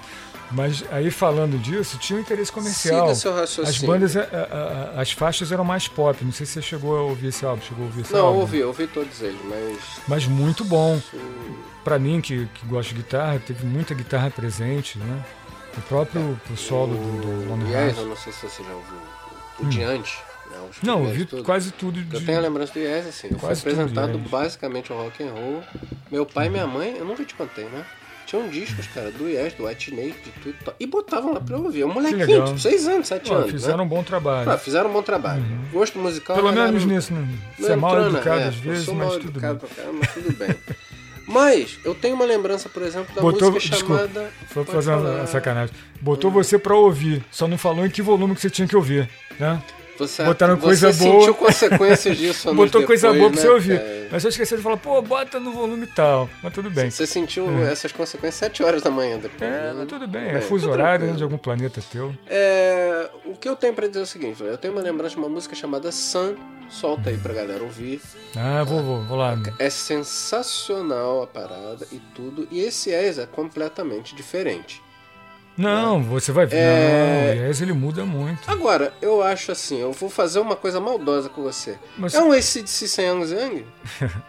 Speaker 1: Mas aí falando disso, tinha um interesse comercial.
Speaker 2: Siga seu raciocínio.
Speaker 1: As bandas, a- a- a- as faixas eram mais pop. Não sei se você chegou a ouvir esse álbum. Chegou a ouvir esse
Speaker 2: Não,
Speaker 1: álbum?
Speaker 2: eu ouvi, eu ouvi todos eles, mas.
Speaker 1: Mas muito bom. Pra mim, que, que gosto de guitarra, teve muita guitarra presente, né? O próprio
Speaker 2: É.
Speaker 1: o solo do, do Lone
Speaker 2: Yes,
Speaker 1: Heart.
Speaker 2: eu não sei se você já ouviu o Diante. Né, os
Speaker 1: Hum. Não, eu
Speaker 2: primeiros
Speaker 1: vi
Speaker 2: tudo.
Speaker 1: quase tudo
Speaker 2: Eu
Speaker 1: de...
Speaker 2: tenho a lembrança do Yes, assim, eu fui
Speaker 1: Quase né? tudo
Speaker 2: apresentado
Speaker 1: Yes.
Speaker 2: basicamente ao rock and roll. Meu pai e minha mãe, eu nunca te contei, né? Tinham discos, cara, do Yes, do White Snake, de tudo. e tal, E botavam lá pra eu ouvir. Um molequinho,
Speaker 1: legal.
Speaker 2: tipo, 6 anos, 7
Speaker 1: Ó,
Speaker 2: anos.
Speaker 1: fizeram
Speaker 2: né?
Speaker 1: um bom trabalho.
Speaker 2: Ah, fizeram um bom trabalho. Gosto musical.
Speaker 1: Pelo
Speaker 2: a galera
Speaker 1: menos
Speaker 2: não-
Speaker 1: nisso, né?
Speaker 2: não
Speaker 1: Você é mal
Speaker 2: entrou na-
Speaker 1: educado
Speaker 2: é,
Speaker 1: às
Speaker 2: eu
Speaker 1: vezes,
Speaker 2: sou
Speaker 1: mas
Speaker 2: mal
Speaker 1: tudo
Speaker 2: educado
Speaker 1: bem.
Speaker 2: pra caramba, mas tudo bem. Mas eu tenho uma lembrança, por exemplo, da
Speaker 1: Botou-
Speaker 2: música
Speaker 1: desculpa,
Speaker 2: chamada.
Speaker 1: Só pra
Speaker 2: Pode
Speaker 1: fazer uma
Speaker 2: falar.
Speaker 1: sacanagem. Botou você pra ouvir, só não falou em que volume que você tinha que ouvir, né?
Speaker 2: Você,
Speaker 1: Botaram
Speaker 2: você
Speaker 1: coisa
Speaker 2: sentiu
Speaker 1: boa.
Speaker 2: consequências disso anos
Speaker 1: Botou coisa
Speaker 2: depois,
Speaker 1: boa pra
Speaker 2: né,
Speaker 1: você ouvir.
Speaker 2: cara?
Speaker 1: Mas eu esqueci de falar, pô, bota no volume tal. Mas tudo bem.
Speaker 2: Você sentiu essas consequências 7 horas da manhã depois.
Speaker 1: É,
Speaker 2: né?
Speaker 1: mas tudo bem.
Speaker 2: É,
Speaker 1: É fuso
Speaker 2: tá
Speaker 1: horário né,
Speaker 2: tranquilo.
Speaker 1: de algum planeta teu.
Speaker 2: É, o que eu tenho pra dizer é o seguinte: eu tenho uma lembrança de uma música chamada Sun. Solta aí pra galera ouvir.
Speaker 1: Ah, vou, vou, vou lá.
Speaker 2: É sensacional a parada e tudo. E esse Ezra é completamente diferente.
Speaker 1: Não, você vai ver.
Speaker 2: É.
Speaker 1: Não, o Yes ele muda muito.
Speaker 2: Agora, eu acho assim: eu vou fazer uma coisa maldosa com você.
Speaker 1: Mas-
Speaker 2: É um ACDC sem Yang Zhang?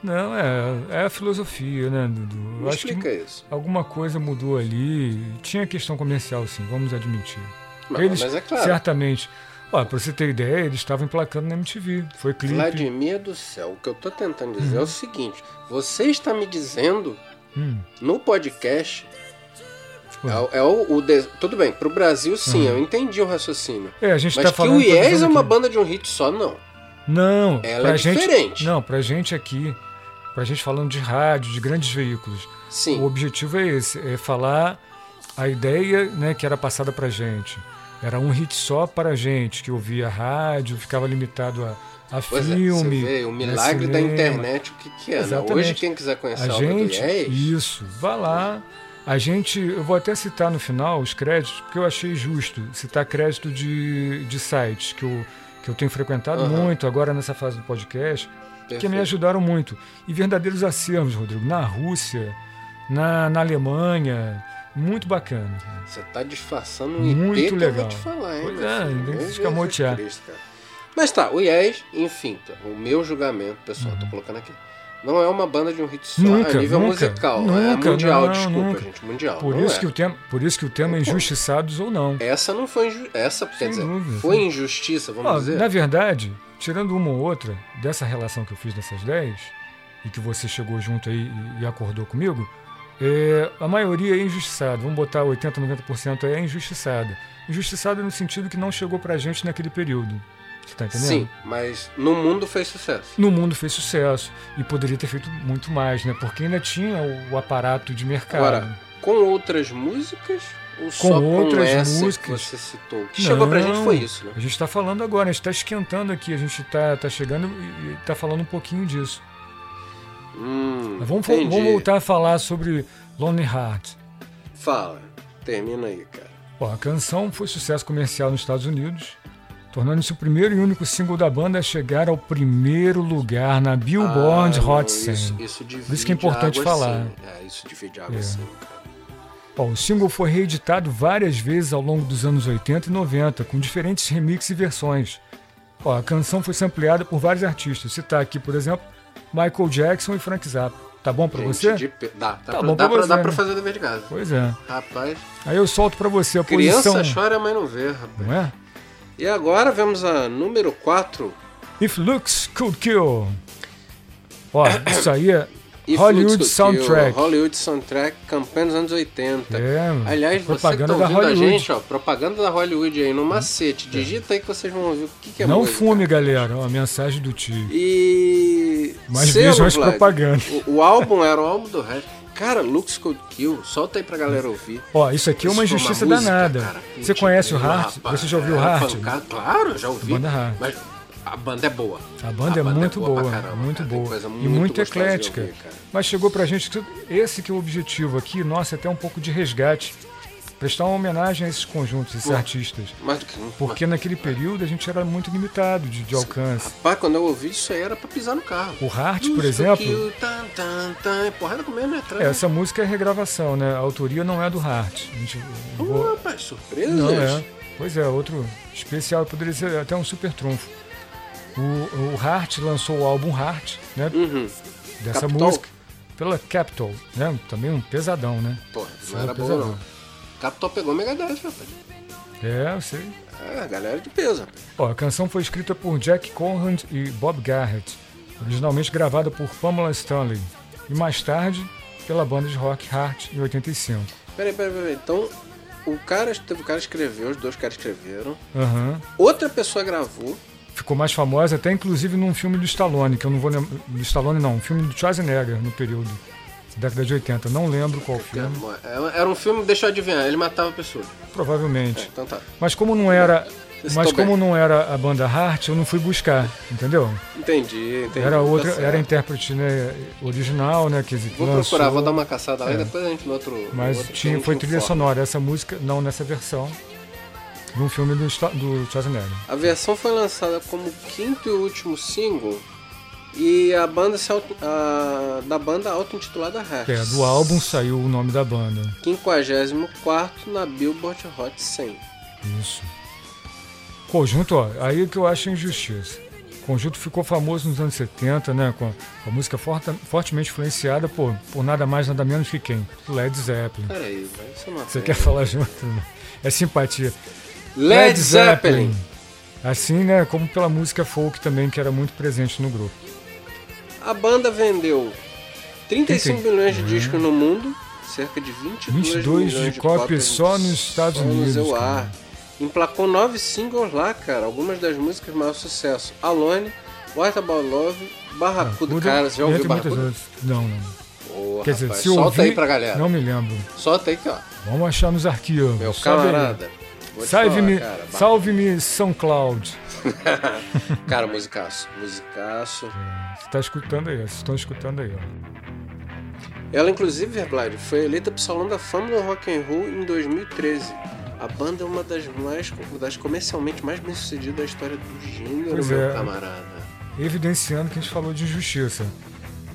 Speaker 1: Não, é, é a filosofia, né, Dudu?
Speaker 2: Me
Speaker 1: Eu acho que
Speaker 2: explica isso.
Speaker 1: alguma coisa mudou ali. Tinha questão comercial, sim, vamos admitir.
Speaker 2: Mas-
Speaker 1: eles,
Speaker 2: mas é claro.
Speaker 1: certamente. Ó, pra você ter ideia, eles estavam emplacando na MTV. Foi clipe.
Speaker 2: Vladimir do céu, o que eu tô tentando
Speaker 1: Uhum.
Speaker 2: dizer é o seguinte: você está me dizendo
Speaker 1: Hum,
Speaker 2: no podcast.
Speaker 1: Ué.
Speaker 2: É, o- é o, o de- Tudo bem, pro Brasil sim, eu entendi o raciocínio.
Speaker 1: É, Uhum. a gente
Speaker 2: Mas
Speaker 1: tá
Speaker 2: que
Speaker 1: falando.
Speaker 2: o
Speaker 1: tô dizendo
Speaker 2: Yes é uma
Speaker 1: aqui.
Speaker 2: banda de um hit só, não.
Speaker 1: Não,
Speaker 2: Ela
Speaker 1: pra
Speaker 2: é
Speaker 1: gente,
Speaker 2: diferente.
Speaker 1: Não, pra gente aqui, pra gente falando de rádio, de grandes veículos,
Speaker 2: Sim.
Speaker 1: o objetivo é esse, é falar a ideia né, que era passada pra gente. Era um hit só para a gente, que ouvia rádio, ficava limitado a, a
Speaker 2: Pois é, você
Speaker 1: filme.
Speaker 2: vê o
Speaker 1: né,
Speaker 2: milagre da
Speaker 1: cinema.
Speaker 2: internet, o que, que é? né?
Speaker 1: Exatamente.
Speaker 2: Hoje, quem quiser
Speaker 1: A
Speaker 2: conhecer a, obra
Speaker 1: gente,
Speaker 2: do Yes,
Speaker 1: isso, vá lá. A gente, eu vou até citar no final os créditos, porque eu achei justo citar crédito de, de sites que eu, que eu tenho frequentado
Speaker 2: Aham.
Speaker 1: muito agora nessa fase do podcast, que
Speaker 2: Perfeito.
Speaker 1: me ajudaram muito. E verdadeiros acervos, Rodrigo, na Rússia, na, na Alemanha. Muito bacana. cara.
Speaker 2: Você tá disfarçando um
Speaker 1: Muito
Speaker 2: IP que eu vou
Speaker 1: legal.
Speaker 2: te falar, hein?
Speaker 1: Pois
Speaker 2: meu
Speaker 1: é,
Speaker 2: filho?
Speaker 1: tem que se
Speaker 2: Meu
Speaker 1: escamotear.
Speaker 2: Jesus Cristo, cara. Mas tá, o Yes, enfim, tá, o meu julgamento, pessoal, tô colocando aqui. Não é uma banda de um hit só
Speaker 1: Uhum. Nunca,
Speaker 2: a nível
Speaker 1: nunca,
Speaker 2: musical. é
Speaker 1: nunca,
Speaker 2: mundial,
Speaker 1: não,
Speaker 2: desculpa,
Speaker 1: nunca.
Speaker 2: gente. Mundial.
Speaker 1: Por
Speaker 2: não
Speaker 1: isso,
Speaker 2: é.
Speaker 1: que o tema, por isso que o tema é injustiçados ou não.
Speaker 2: Essa não foi inju... Essa, quer
Speaker 1: Sem
Speaker 2: dizer,
Speaker 1: dúvida,
Speaker 2: foi
Speaker 1: sim.
Speaker 2: injustiça, vamos
Speaker 1: Ó,
Speaker 2: dizer.
Speaker 1: na verdade, tirando uma ou outra dessa relação que eu fiz nessas 10 e que você chegou junto aí e- e acordou comigo, é, a maioria é injustiçada. Vamos botar 80, 90% aí é injustiçada. Injustiçada no sentido que não chegou pra gente naquele período. Você tá entendendo?
Speaker 2: Sim, mas no mundo fez sucesso.
Speaker 1: No mundo fez sucesso e poderia ter feito muito mais, né? Porque ainda tinha o, o aparato de mercado.
Speaker 2: Agora, com outras músicas ou só com
Speaker 1: outras
Speaker 2: essa
Speaker 1: músicas?
Speaker 2: que você citou? O que chegou pra gente
Speaker 1: Não.
Speaker 2: foi isso, né?
Speaker 1: A gente está falando agora, a gente está esquentando aqui, a gente está tá chegando e está falando um pouquinho disso.
Speaker 2: Hum,
Speaker 1: Mas vamos, fo-
Speaker 2: entendi.
Speaker 1: vamos voltar a falar sobre Lonely Heart.
Speaker 2: Fala, termina aí, cara.
Speaker 1: Bom, a canção foi sucesso comercial nos Estados Unidos, tornando-se o primeiro e único single da banda a chegar ao primeiro lugar na Billboard
Speaker 2: Ah, não,
Speaker 1: Um Hot
Speaker 2: Isso,
Speaker 1: 100.
Speaker 2: isso divide
Speaker 1: Por isso que é importante
Speaker 2: água,
Speaker 1: falar.
Speaker 2: sim. É, isso divide água
Speaker 1: É.
Speaker 2: sim, cara.
Speaker 1: Bom, o single foi reeditado várias vezes ao longo dos anos 80 e 90, com diferentes remixes e versões. Ó, a canção foi sampleada por vários artistas. Citar aqui, por exemplo, Michael Jackson e Frank Zappa. Tá bom pra
Speaker 2: Gente,
Speaker 1: você?
Speaker 2: de pe- Dá, tá pra,
Speaker 1: bom
Speaker 2: dá,
Speaker 1: pra
Speaker 2: pra,
Speaker 1: você,
Speaker 2: dá pra
Speaker 1: né?
Speaker 2: fazer o dever de casa.
Speaker 1: Pois é.
Speaker 2: Rapaz,
Speaker 1: Aí eu solto pra você a
Speaker 2: criança
Speaker 1: posição.
Speaker 2: chora, mas não vê, rapaz.
Speaker 1: Não é?
Speaker 2: E agora vemos a número 4.
Speaker 1: If Looks Could Kill. Ó, isso aí é
Speaker 2: If
Speaker 1: Hollywood
Speaker 2: Looks Could Kill,
Speaker 1: Soundtrack.
Speaker 2: Hollywood Soundtrack, campanha dos anos 80.
Speaker 1: É, mano.
Speaker 2: Aliás,
Speaker 1: Propaganda
Speaker 2: você que
Speaker 1: da
Speaker 2: tá ouvindo a
Speaker 1: Hollywood.
Speaker 2: gente, ó, propaganda da Hollywood aí no macete. Digita aí que vocês vão ouvir o que, que é
Speaker 1: Não
Speaker 2: música.
Speaker 1: fume, galera. Ó, a mensagem do tio.
Speaker 2: E.
Speaker 1: Mas
Speaker 2: selo,
Speaker 1: vejam as
Speaker 2: Vlad.
Speaker 1: propagandas.
Speaker 2: O, o álbum era o álbum do rap. Cara, Lux Cold Kill, solta aí pra galera ouvir.
Speaker 1: Ó, isso aqui é uma
Speaker 2: Isso foi
Speaker 1: injustiça
Speaker 2: música,
Speaker 1: danada.
Speaker 2: cara.
Speaker 1: você
Speaker 2: Puta,
Speaker 1: conhece o
Speaker 2: velho,
Speaker 1: Hart?
Speaker 2: rapaz,
Speaker 1: Você já ouviu o
Speaker 2: é
Speaker 1: Hart?
Speaker 2: pancada, Claro, já ouvi.
Speaker 1: banda Hart.
Speaker 2: Mas a banda é boa.
Speaker 1: A banda é muito
Speaker 2: pra
Speaker 1: boa,
Speaker 2: caramba,
Speaker 1: muito
Speaker 2: cara. Tem
Speaker 1: boa
Speaker 2: coisa
Speaker 1: e muito
Speaker 2: gostosa de
Speaker 1: eclética.
Speaker 2: ouvir, cara.
Speaker 1: Mas chegou pra gente que esse que é o objetivo aqui, nossa, até um pouco de resgate, prestar uma homenagem a esses conjuntos, a esses
Speaker 2: Pô.
Speaker 1: artistas.
Speaker 2: Mais do que um.
Speaker 1: Porque naquele período a gente era muito limitado de, de alcance.
Speaker 2: Rapaz, quando eu ouvi isso aí era pra pisar no carro.
Speaker 1: O Hart,
Speaker 2: Lux
Speaker 1: por
Speaker 2: Cold
Speaker 1: exemplo,
Speaker 2: Kill, tan, tan, tan, é porrada comendo atrás.
Speaker 1: essa música é regravação, né? A autoria não é do Hart. A gente, eu vou-
Speaker 2: Pô, rapaz, surpresa.
Speaker 1: Não é. Pois é, outro especial, poderia ser até um super trunfo. O, o Hart lançou o álbum Hart, né? Dessa
Speaker 2: Capitol.
Speaker 1: música. Pela Capitol, né? Também um pesadão, né?
Speaker 2: Pô, não
Speaker 1: Foi
Speaker 2: era boa,
Speaker 1: pesadão.
Speaker 2: não. Capitão pegou Megadeth, rapaz.
Speaker 1: É, eu sei.
Speaker 2: É, galera de peso, rapaz.
Speaker 1: Ó, a canção foi escrita por Jack Conrad e Bob Garrett, originalmente gravada por Pamela Stanley, e mais tarde pela banda de rock Hart em 85.
Speaker 2: Peraí, peraí, peraí. Então, o cara, teve o cara escreveu, os dois caras escreveram.
Speaker 1: Aham.
Speaker 2: Outra pessoa gravou.
Speaker 1: Ficou mais famosa até inclusive num filme do Stallone, que eu não vou lembrar. Do Stallone não, um filme do Schwarzenegger no período. Década de 80, não lembro qual filme,
Speaker 2: Era- Era um filme, deixa eu adivinhar, ele matava a pessoa. É,
Speaker 1: provavelmente.
Speaker 2: então tá.
Speaker 1: Mas como não era.
Speaker 2: Estou
Speaker 1: Mas
Speaker 2: bem.
Speaker 1: como não era a banda Hart, eu não fui buscar, entendeu?
Speaker 2: Entendi, entendi.
Speaker 1: Era
Speaker 2: tá
Speaker 1: outra,
Speaker 2: certo.
Speaker 1: era a intérprete né, original, né? Que
Speaker 2: Vou
Speaker 1: lançou.
Speaker 2: procurar, vou dar uma caçada lá e depois a gente no outro. no
Speaker 1: É. Mas
Speaker 2: outro
Speaker 1: tinha,
Speaker 2: filme
Speaker 1: foi
Speaker 2: a gente
Speaker 1: trilha
Speaker 2: informa.
Speaker 1: sonora, essa música, não nessa versão, num filme do, Sta- do Schwarzenegger.
Speaker 2: A versão foi lançada como quinto e último single. E a banda se auto, a, da banda auto-intitulada Hats.
Speaker 1: Que é, do álbum saiu o nome da banda.
Speaker 2: 54 na Billboard Hot 100.
Speaker 1: Isso. Conjunto, ó, aí que eu acho é injustiça. O conjunto ficou famoso nos anos 70, né? Com a, com a música forta- fortemente influenciada por, por nada mais, nada menos que quem? Led Zeppelin.
Speaker 2: Peraí, velho, isso não é
Speaker 1: Você
Speaker 2: bem.
Speaker 1: quer falar junto? né? É simpatia.
Speaker 2: Led Zeppelin.
Speaker 1: Assim, né? Como pela música folk também, que era muito presente no grupo.
Speaker 2: A banda vendeu 35
Speaker 1: 35
Speaker 2: milhões de discos no mundo, cerca de 22,
Speaker 1: 22
Speaker 2: milhões
Speaker 1: de cópias só nos Estados
Speaker 2: só
Speaker 1: Unidos,
Speaker 2: No
Speaker 1: cara.
Speaker 2: ar. Emplacou nove singles lá, cara. Algumas das músicas maior sucesso: Alone, What About Love, Barracuda.
Speaker 1: Barracuda,
Speaker 2: cara, você já ouviu
Speaker 1: entre muitas
Speaker 2: Barracuda?
Speaker 1: outras. Não, não.
Speaker 2: Ô,
Speaker 1: Quer
Speaker 2: rapaz,
Speaker 1: dizer, se
Speaker 2: solta
Speaker 1: ouvir,
Speaker 2: aí pra galera.
Speaker 1: Não me lembro.
Speaker 2: Solta aí que, ó.
Speaker 1: Vamos achar nos arquivos.
Speaker 2: Meu
Speaker 1: Sobe aí.
Speaker 2: camarada. vou te falar,
Speaker 1: Salve-me,
Speaker 2: cara, Barra-
Speaker 1: salve-me São Cloud.
Speaker 2: Cara, musicaço. Musicaço.
Speaker 1: Você tá escutando aí, vocês estão escutando aí, ó.
Speaker 2: Ela, inclusive, Verblade, foi eleita pro Salão da Fama do Rock and Roll em 2013. A banda é uma das mais das comercialmente mais bem sucedidas da história do gênero,
Speaker 1: Pois
Speaker 2: meu
Speaker 1: é.
Speaker 2: camarada.
Speaker 1: Evidenciando que a gente falou de injustiça.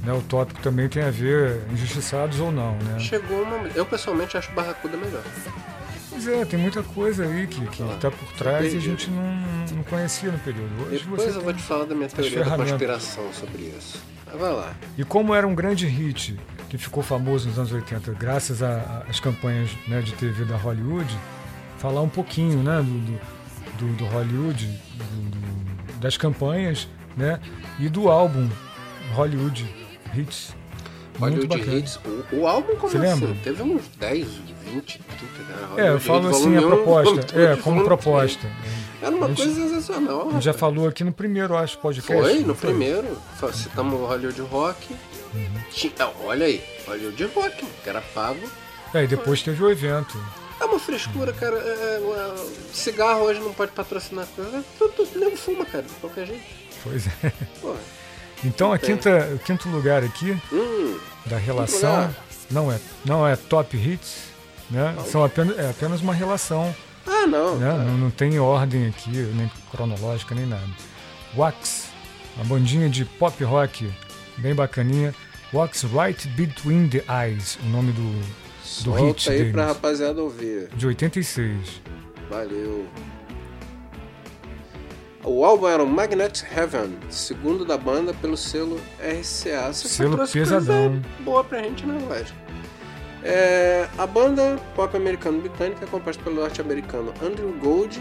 Speaker 1: né, o tópico também tem a ver injustiçados ou não, né?
Speaker 2: Chegou uma. Eu pessoalmente acho Barracuda melhor.
Speaker 1: Pois é, tem muita coisa aí que, que tá por trás e a gente não, não conhecia no período. Hoje
Speaker 2: Depois
Speaker 1: você
Speaker 2: eu vou
Speaker 1: tem
Speaker 2: te falar da minha teoria da
Speaker 1: ferramentas.
Speaker 2: conspiração sobre isso. Mas vai lá.
Speaker 1: E como era um grande hit que ficou famoso nos anos 80, graças a- a- às campanhas né, de TV da Hollywood, falar um pouquinho né, do, do, do- do Hollywood, do- do- das campanhas né, e do álbum Hollywood Hits.
Speaker 2: Hollywood
Speaker 1: Muito bacana.
Speaker 2: Hits. O, o álbum
Speaker 1: Você
Speaker 2: começou.
Speaker 1: lembra?
Speaker 2: Assim, teve uns 10, 20, 30, né?
Speaker 1: É, eu
Speaker 2: Hollywood
Speaker 1: falo
Speaker 2: Hits,
Speaker 1: assim, a
Speaker 2: volume um, volume
Speaker 1: proposta.
Speaker 2: dois,
Speaker 1: É, como
Speaker 2: volume
Speaker 1: proposta.
Speaker 2: três. Era uma
Speaker 1: A gente-
Speaker 2: coisa sensacional.
Speaker 1: A gente já
Speaker 2: rapaz.
Speaker 1: falou aqui no primeiro, acho, podcast.
Speaker 2: Foi,
Speaker 1: não
Speaker 2: no primeiro. Fa- Citamos o Hollywood Rock. Tinha- ah, olha aí, Hollywood Rock, mano, que era pago.
Speaker 1: É, e depois teve o evento.
Speaker 2: É uma frescura, cara. é, é, é, cigarro hoje não pode patrocinar coisa. Tudo, tudo nego fuma, cara, de qualquer jeito.
Speaker 1: Pois é.
Speaker 2: Pô,
Speaker 1: Então, a
Speaker 2: Tem.
Speaker 1: quinta, o quinto lugar aqui
Speaker 2: hum,
Speaker 1: da relação
Speaker 2: lugar.
Speaker 1: não é, não é top hits, né? São apenas, é apenas uma relação,
Speaker 2: Ah, não.
Speaker 1: né? Não, não tem ordem aqui, nem cronológica, nem nada. Wax, uma bandinha de pop rock bem bacaninha. Wax Right Between the Eyes, o nome do, do
Speaker 2: Volta
Speaker 1: hit
Speaker 2: aí
Speaker 1: deles,
Speaker 2: pra rapaziada ouvir.
Speaker 1: de 86.
Speaker 2: Valeu. O álbum era o Magnet Heaven, segundo da banda pelo selo RCA. Você só
Speaker 1: Selo
Speaker 2: trouxe
Speaker 1: pesadão.
Speaker 2: coisa Boa pra gente na voz. É, a banda pop americano-britânica é composta pelo norte-americano Andrew Gold,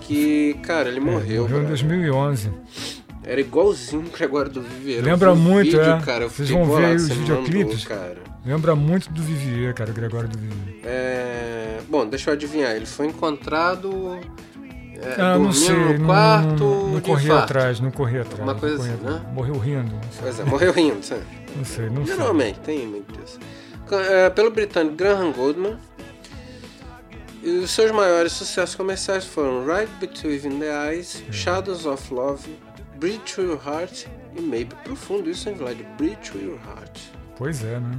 Speaker 2: que, cara, ele morreu.
Speaker 1: É, Morreu em
Speaker 2: brother.
Speaker 1: 2011.
Speaker 2: Era igualzinho o Gregório do Viveiro.
Speaker 1: Lembra
Speaker 2: Eu vi o
Speaker 1: muito,
Speaker 2: vídeo,
Speaker 1: é.
Speaker 2: cara. Eu
Speaker 1: Vocês
Speaker 2: fiquei
Speaker 1: vão ver
Speaker 2: bolado,
Speaker 1: aí os
Speaker 2: você me
Speaker 1: videoclipes.
Speaker 2: mandou, cara.
Speaker 1: Lembra muito do Vivier, cara, o Gregório do Vivier.
Speaker 2: É, Bom, deixa eu adivinhar. Ele foi encontrado. É,
Speaker 1: Ah, não
Speaker 2: dormindo
Speaker 1: sei,
Speaker 2: no
Speaker 1: não-
Speaker 2: quarto.
Speaker 1: não, não
Speaker 2: de
Speaker 1: corri
Speaker 2: infarto.
Speaker 1: atrás, não corri atrás.
Speaker 2: Uma
Speaker 1: não
Speaker 2: coisa
Speaker 1: corri
Speaker 2: assim,
Speaker 1: atrás.
Speaker 2: né?
Speaker 1: Morreu rindo, não sei.
Speaker 2: Pois é, morreu rindo, sabe?
Speaker 1: Não sei, não sei.
Speaker 2: Geralmente, tem muito disso. Ca- é, pelo britânico Graham Goldman. E os seus maiores sucessos comerciais foram Right Between the Eyes, Shadows of Love, Breathe to Your Heart e Maybe. Profundo isso, hein, Vlad? Breathe to Your Heart.
Speaker 1: Pois é, né?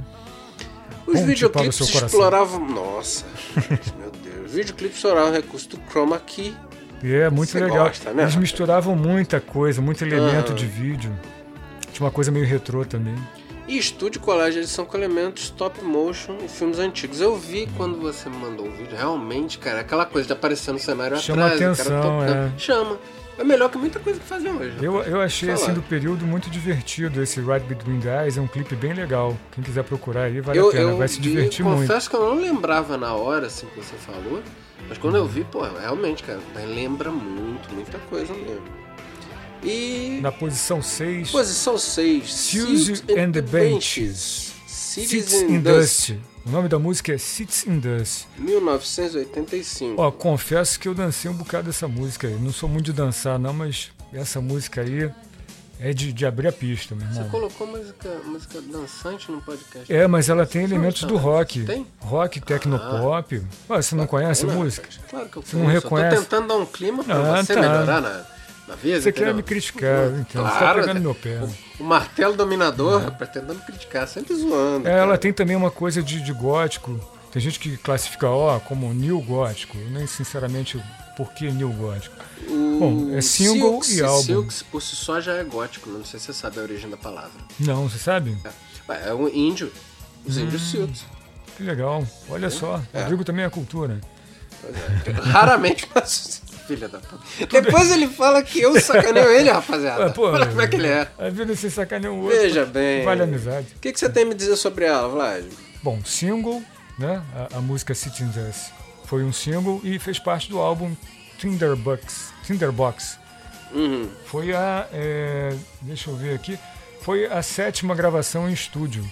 Speaker 1: Ponte
Speaker 2: Os
Speaker 1: para o
Speaker 2: videoclipes
Speaker 1: seu coração.
Speaker 2: exploravam. Nossa, gente, meu Deus. Os videoclipes exploravam o recurso do chroma key.
Speaker 1: E é muito
Speaker 2: Você
Speaker 1: legal.
Speaker 2: gosta, né? Ah.
Speaker 1: Eles misturavam muita coisa, muito elemento de vídeo. Tinha uma coisa meio retrô também.
Speaker 2: E estúdio colagem edição com elementos stop motion e filmes antigos. Eu vi quando você me mandou o vídeo, realmente, cara, aquela coisa de aparecer no cenário
Speaker 1: Chama
Speaker 2: atrás, o
Speaker 1: atenção,
Speaker 2: cara tocando.
Speaker 1: é.
Speaker 2: Chama. É melhor que muita coisa que fazem hoje.
Speaker 1: Eu, eu achei,
Speaker 2: Fala.
Speaker 1: assim, do período muito divertido. Esse Ride Between the Eyes é um clipe bem legal. Quem quiser procurar aí, vale a pena. Vai se
Speaker 2: vi,
Speaker 1: divertir muito.
Speaker 2: confesso que eu não lembrava na hora, assim, que você falou. Mas quando eu vi, pô, realmente, cara, lembra muito, muita coisa mesmo. E.
Speaker 1: Na posição 6,
Speaker 2: Posição 6.
Speaker 1: Suzy and the Benches.
Speaker 2: Cities
Speaker 1: Sits
Speaker 2: in
Speaker 1: in
Speaker 2: Dust,
Speaker 1: Dust. O nome da música é Sits in Dust.
Speaker 2: 1985.
Speaker 1: Ó, confesso que eu dancei um bocado dessa música aí. Não sou muito de dançar, não, mas essa música aí é de, de abrir a pista, meu
Speaker 2: Você
Speaker 1: irmão.
Speaker 2: colocou música, música dançante no podcast?
Speaker 1: É, mas ela tem elementos
Speaker 2: Então,
Speaker 1: do rock.
Speaker 2: tem? Ah.
Speaker 1: Rock, tecnopop. Ué, você não conhece a
Speaker 2: Não,
Speaker 1: música?
Speaker 2: Claro que eu
Speaker 1: não
Speaker 2: conheço.
Speaker 1: reconhece?
Speaker 2: Eu tô tentando dar um clima pra
Speaker 1: Ah,
Speaker 2: você
Speaker 1: tá.
Speaker 2: melhorar na, na vida.
Speaker 1: Você quer
Speaker 2: entendeu?
Speaker 1: me criticar, então. você tá
Speaker 2: Claro,
Speaker 1: pegando
Speaker 2: né?
Speaker 1: meu pé.
Speaker 2: O martelo dominador, rapaz, tá tentando criticar, sempre zoando.
Speaker 1: É,
Speaker 2: cara.
Speaker 1: ela tem também uma coisa de, de gótico. Tem gente que classifica, ó, como new gótico. Eu nem sinceramente por que new gótico.
Speaker 2: O
Speaker 1: Bom, é single
Speaker 2: Silks
Speaker 1: e álbum.
Speaker 2: Silks por si só já é gótico, não sei se você sabe a origem da palavra.
Speaker 1: Não, você sabe?
Speaker 2: É, é um índio. Os índios
Speaker 1: Hum.
Speaker 2: Silks.
Speaker 1: Que legal. Olha só. Rodrigo também é cultura.
Speaker 2: Raramente faço isso. Filha da puta. Depois ele fala que eu sacaneio ele, rapaziada.
Speaker 1: Ah, pô,
Speaker 2: Olha como é que ele é.
Speaker 1: A vida sem sacanear o outro.
Speaker 2: Veja bem.
Speaker 1: Vale a amizade.
Speaker 2: O que, que você tem a me dizer sobre ela, Vlad?
Speaker 1: Bom, single, né? A, a música Sitting Dust foi um single e fez parte do álbum Tinderbox. Tinderbox.
Speaker 2: Uhum.
Speaker 1: Foi a. é, deixa eu ver aqui. Foi a sétima gravação em estúdio.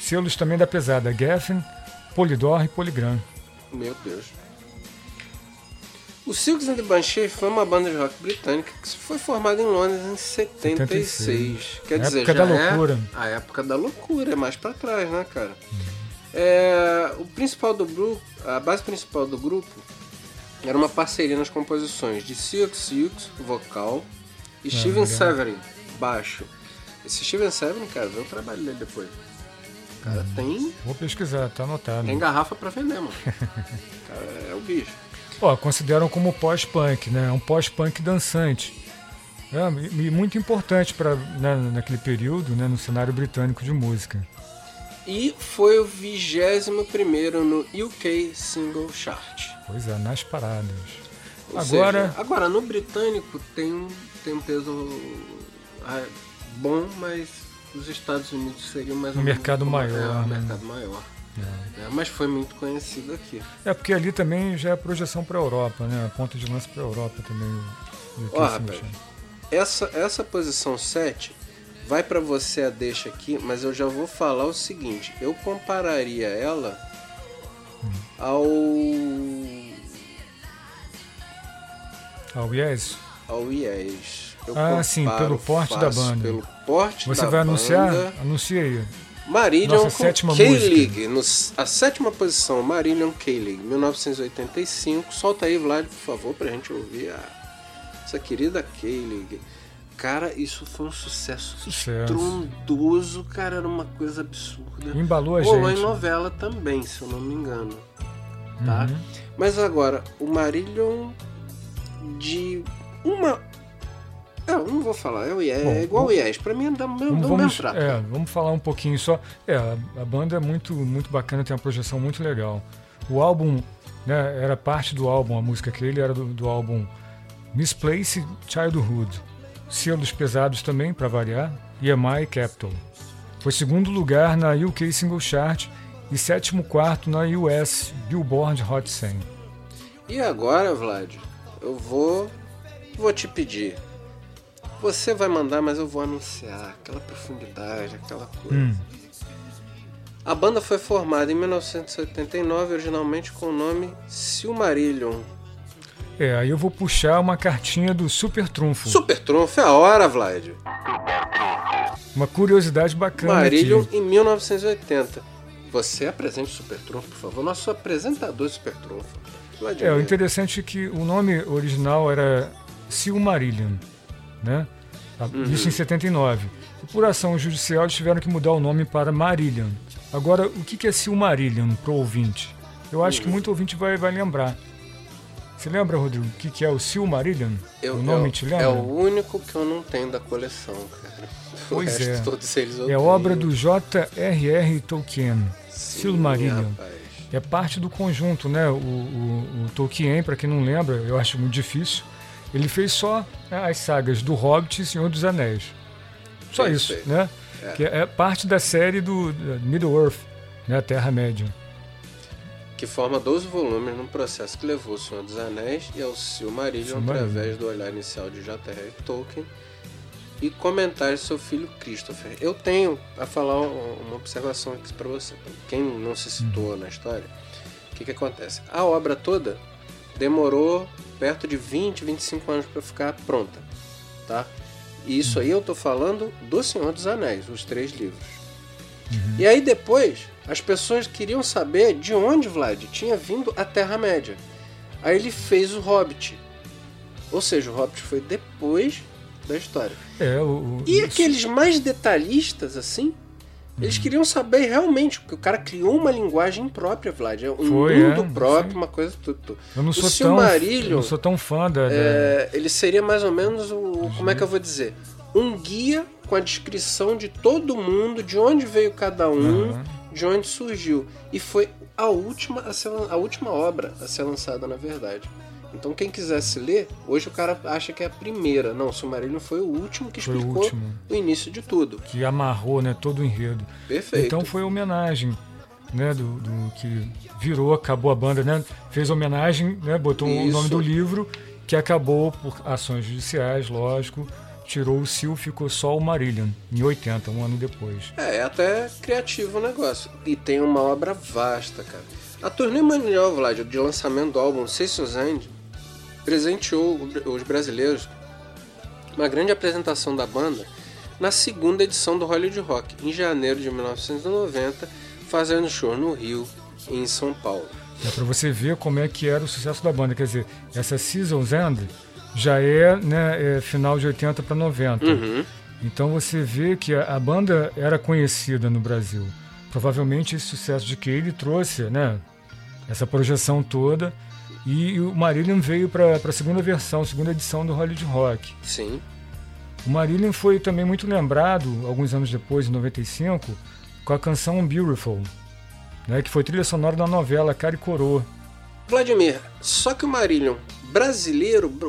Speaker 1: Selos também da pesada, Geffen, Polydor e Polygram.
Speaker 2: Meu Deus. O Silks and the Banshees foi uma banda de rock britânica que foi formada em Londres em 76.
Speaker 1: 76.
Speaker 2: Quer
Speaker 1: A
Speaker 2: dizer,
Speaker 1: época
Speaker 2: já
Speaker 1: da
Speaker 2: é
Speaker 1: loucura.
Speaker 2: a época da loucura, é mais pra trás, né, cara? É, o principal do grupo, a base principal do grupo era uma parceria nas composições de Silks Silks, vocal, e Steven Severin, baixo. Esse Steven Severin, cara, vê o trabalho dele depois. O cara tem
Speaker 1: Vou pesquisar, tá anotado.
Speaker 2: tem É garrafa pra vender, mano. Cara, é o bicho.
Speaker 1: Ó, consideram como pós-punk, né? É um pós-punk dançante. É, e muito importante para né, naquele período, né, no cenário britânico de música.
Speaker 2: E foi o 21 no UK Single Chart.
Speaker 1: Pois é, nas paradas.
Speaker 2: Ou
Speaker 1: agora,
Speaker 2: seja, agora, no britânico tem, tem um peso ah, bom, mas os Estados Unidos seriam mais
Speaker 1: um mercado
Speaker 2: como-
Speaker 1: maior,
Speaker 2: é, um
Speaker 1: né?
Speaker 2: mercado maior. É, mas foi muito conhecido aqui.
Speaker 1: é porque ali também já é projeção para a Europa, né? A ponta de lança para a Europa também. assim, o- o UK
Speaker 2: Ó,
Speaker 1: Single
Speaker 2: rapaz,
Speaker 1: Chart.
Speaker 2: essa, essa posição 7 vai pra você a deixa aqui, mas eu já vou falar o seguinte: eu compararia ela ao.
Speaker 1: Ah, o Yes?
Speaker 2: ao Yes. Eu
Speaker 1: Ah, sim,
Speaker 2: comparo
Speaker 1: pelo porte da
Speaker 2: fácil
Speaker 1: banda.
Speaker 2: Pelo porte
Speaker 1: Você
Speaker 2: da
Speaker 1: vai anunciar?
Speaker 2: banda.
Speaker 1: Anuncia aí.
Speaker 2: Marillion
Speaker 1: Nossa
Speaker 2: com
Speaker 1: sétima
Speaker 2: K-League. nos- A sétima posição, Marillion K-League, 1985. Solta aí, Vlad, por favor, pra gente ouvir a- essa querida K-League. Cara, isso foi um sucesso,
Speaker 1: Sucesso.
Speaker 2: estrondoso, cara, era uma coisa absurda.
Speaker 1: Embalou a
Speaker 2: Rolou
Speaker 1: gente.
Speaker 2: em novela também, se eu não me engano. Tá?
Speaker 1: Uhum.
Speaker 2: Mas agora, o Marillion de uma... É, eu não vou falar, é, o IES,
Speaker 1: Bom,
Speaker 2: é igual o IES. Pra mim é do mesmo,
Speaker 1: Vamos,
Speaker 2: do mesmo
Speaker 1: vamos,
Speaker 2: trato.
Speaker 1: é, vamos falar um pouquinho só. É, a, a banda é muito, muito bacana, tem uma projeção muito legal. O álbum né, era parte do álbum, a música que ele era do, do álbum Misplaced Childhood. Selos pesados também, para variar, EMI Capital. Foi segundo lugar na UK Single Chart e sétimo quarto na US Billboard Hot 100.
Speaker 2: E agora, Vlad, eu vou vou te pedir. Você vai mandar, mas eu vou anunciar aquela profundidade, aquela coisa.
Speaker 1: Hum.
Speaker 2: A banda foi formada em 1979 originalmente com o nome Silmarillion.
Speaker 1: É, aí eu vou puxar uma cartinha do Super Trunfo.
Speaker 2: Super trunfo é a hora, Vlad.
Speaker 1: um Uma curiosidade bacana
Speaker 2: Marillion
Speaker 1: aqui.
Speaker 2: em 1980. Você apresente o Super Trunfo, por favor. Nosso apresentador é Super Trunfo.
Speaker 1: É, o
Speaker 2: Vladimir.
Speaker 1: interessante é que o nome original era Silmarillion, né? A-
Speaker 2: Uhum.
Speaker 1: Isso em 79. E por ação judicial eles tiveram que mudar o nome para Marillion. Agora, o que que é Silmarillion para o ouvinte? Eu acho
Speaker 2: Uhum.
Speaker 1: que muito ouvinte vai, vai lembrar. Você lembra, Rodrigo, o que que é o Silmarillion?
Speaker 2: Eu-
Speaker 1: o nome
Speaker 2: eu-
Speaker 1: te lembra?
Speaker 2: É o único que eu não tenho da coleção, cara.
Speaker 1: Pois
Speaker 2: o resto,
Speaker 1: é.
Speaker 2: Todos eles eu
Speaker 1: É obra
Speaker 2: tenho.
Speaker 1: do J.R.R. Tolkien,
Speaker 2: Sim,
Speaker 1: Silmarillion.
Speaker 2: rapaz.
Speaker 1: é parte do conjunto, né? O, o, o Tolkien, para quem não lembra, eu acho muito difícil. Ele fez só né, as sagas do Hobbit e Senhor dos Anéis. Só
Speaker 2: Sim,
Speaker 1: isso,
Speaker 2: sim.
Speaker 1: né?
Speaker 2: É.
Speaker 1: Que é parte da série do eh, Middle-earth, né? Terra-média.
Speaker 2: Que forma 12 volumes num processo que levou o Senhor dos Anéis e ao Silmarillion
Speaker 1: Silmarillion.
Speaker 2: através do olhar inicial de J.R.R. Tolkien e comentários do seu filho Christopher. Eu tenho a falar um- uma observação aqui para você. Quem não se citou na história, o que, que acontece? A obra toda demorou perto de 20, 25 anos para ficar pronta, tá? E isso aí eu tô falando do Senhor dos Anéis, os três livros. E aí depois, as pessoas queriam saber de onde Vlad tinha vindo a Terra-média. Aí ele fez o Hobbit. Ou seja, o Hobbit foi depois da história.
Speaker 1: É, o, o-
Speaker 2: E
Speaker 1: isso. Uhum.
Speaker 2: aqueles mais detalhistas, assim, eles queriam saber realmente, porque o cara criou uma linguagem própria, Vlad. é Um
Speaker 1: Foi,
Speaker 2: mundo
Speaker 1: é,
Speaker 2: próprio,
Speaker 1: sim.
Speaker 2: uma coisa tudo. tudo.
Speaker 1: eu não
Speaker 2: o
Speaker 1: sou tão,
Speaker 2: Silmarillion-
Speaker 1: eu não sou tão fã da, da-
Speaker 2: É, ele seria mais ou menos o. Como é que eu vou dizer? Um guia com a descrição de todo mundo, de onde veio cada um,
Speaker 1: Aham.
Speaker 2: de onde surgiu. E foi a última, a, ser, lan- a última obra a ser lançada, na verdade. Então quem quisesse ler, hoje o cara acha que é a primeira. Não, o Silmarillion foi o último que
Speaker 1: Foi o
Speaker 2: explicou
Speaker 1: último.
Speaker 2: o início de tudo.
Speaker 1: que amarrou, né? Todo o enredo.
Speaker 2: Perfeito.
Speaker 1: Então foi homenagem, né? Do, do que virou, acabou a banda, né? Fez homenagem, né? Botou o
Speaker 2: Isso.
Speaker 1: nome do livro, que acabou por ações judiciais, lógico. Tirou o Sil, ficou só o Marillion, em 80, um ano depois.
Speaker 2: É, é até criativo o negócio. E tem uma obra vasta, cara. A turnê mundial, Vlad, de lançamento do álbum Sessions End, presenteou o- os brasileiros uma grande apresentação da banda na segunda edição do Hollywood Rock, em janeiro de 1990, fazendo show no Rio e em São Paulo.
Speaker 1: É para você ver como é que era o sucesso da banda. Quer dizer, essa Season's End já é, né, é final de 80 para 90. Então você vê que a, a banda era conhecida no Brasil. Provavelmente esse sucesso de que ele trouxe, né, essa projeção toda. E o Marillion veio para a segunda versão, segunda edição do Hollywood Rock.
Speaker 2: Sim.
Speaker 1: O Marillion foi também muito lembrado, alguns anos depois, em 95, com a canção Beautiful, né, que foi trilha sonora da novela Cara e Coroa.
Speaker 2: Vladimir, só que o Marillion brasileiro, para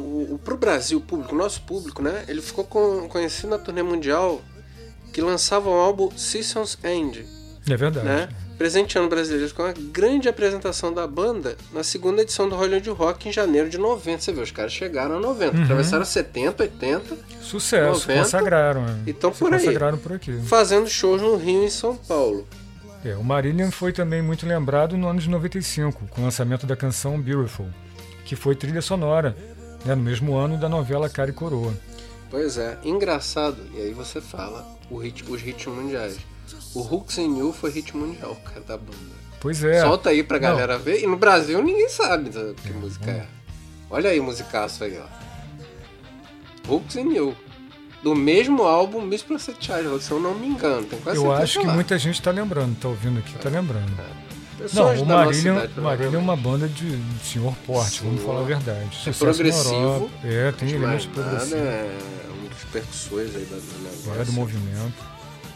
Speaker 2: o Brasil, público, nosso público, né? Ele ficou com, conhecido na turnê mundial que lançava o álbum Seasons End.
Speaker 1: É verdade.
Speaker 2: Né? Presenteando brasileiros com uma grande apresentação da banda na segunda edição do Hollywood Rock em janeiro de 90. Você vê, os caras chegaram a 90, uhum. atravessaram 70, 80.
Speaker 1: Sucesso, 90, consagraram. é.
Speaker 2: Então
Speaker 1: se
Speaker 2: por aí.
Speaker 1: Consagraram por aqui.
Speaker 2: Fazendo shows no Rio e em São Paulo.
Speaker 1: É, o Marillion foi também muito lembrado no ano de 95, com o lançamento da canção Beautiful, que foi trilha sonora, né, no mesmo ano da novela Cara e Coroa.
Speaker 2: Pois é, engraçado, e aí você fala hit, os hits mundiais. O Hooks and You foi hit mundial, cara, da banda.
Speaker 1: Pois é. Uhum.
Speaker 2: Solta aí pra galera Não. ver, e no Brasil ninguém sabe que é, música é. Olha aí o musicaço aí, ó. Hooks and You do mesmo álbum Miss Placid Child, se eu não me engano. Tem quase
Speaker 1: eu acho que lá. muita gente está lembrando, está ouvindo aqui, está é, lembrando. É. Não, o Marília, Marília é uma banda de, de senhor porte, senhor. vamos falar a verdade.
Speaker 2: Sucesso é progressivo.
Speaker 1: É, tem elementos progressivos.
Speaker 2: É um dos percussores aí da do
Speaker 1: negócio. É do movimento.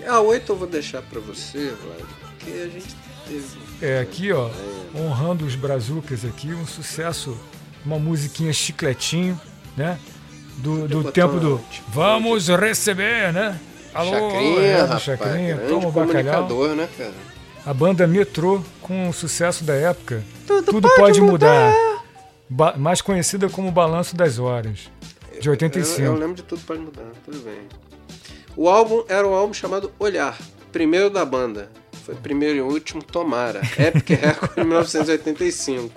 Speaker 2: A 8 eu vou deixar para você, Vlad, porque a gente teve...
Speaker 1: É, aqui ó, honrando os brazucas aqui, um sucesso, uma musiquinha chicletinho, né? do, do tempo
Speaker 2: um
Speaker 1: do tipo, vamos receber, né?
Speaker 2: Alô, chacrinha, é, rapaz,
Speaker 1: chacrinha toma o bacalhau.
Speaker 2: Né, cara?
Speaker 1: A banda Metrô, com o sucesso da época, Tudo, Tudo pode, pode, Mudar, mudar. mais conhecida como Balanço das Horas, de 85.
Speaker 2: Eu, eu, eu, lembro de Tudo Pode Mudar, tudo bem. O álbum era um álbum chamado Olhar, primeiro da banda. Foi primeiro e último, Tomara, Epic Record 1985.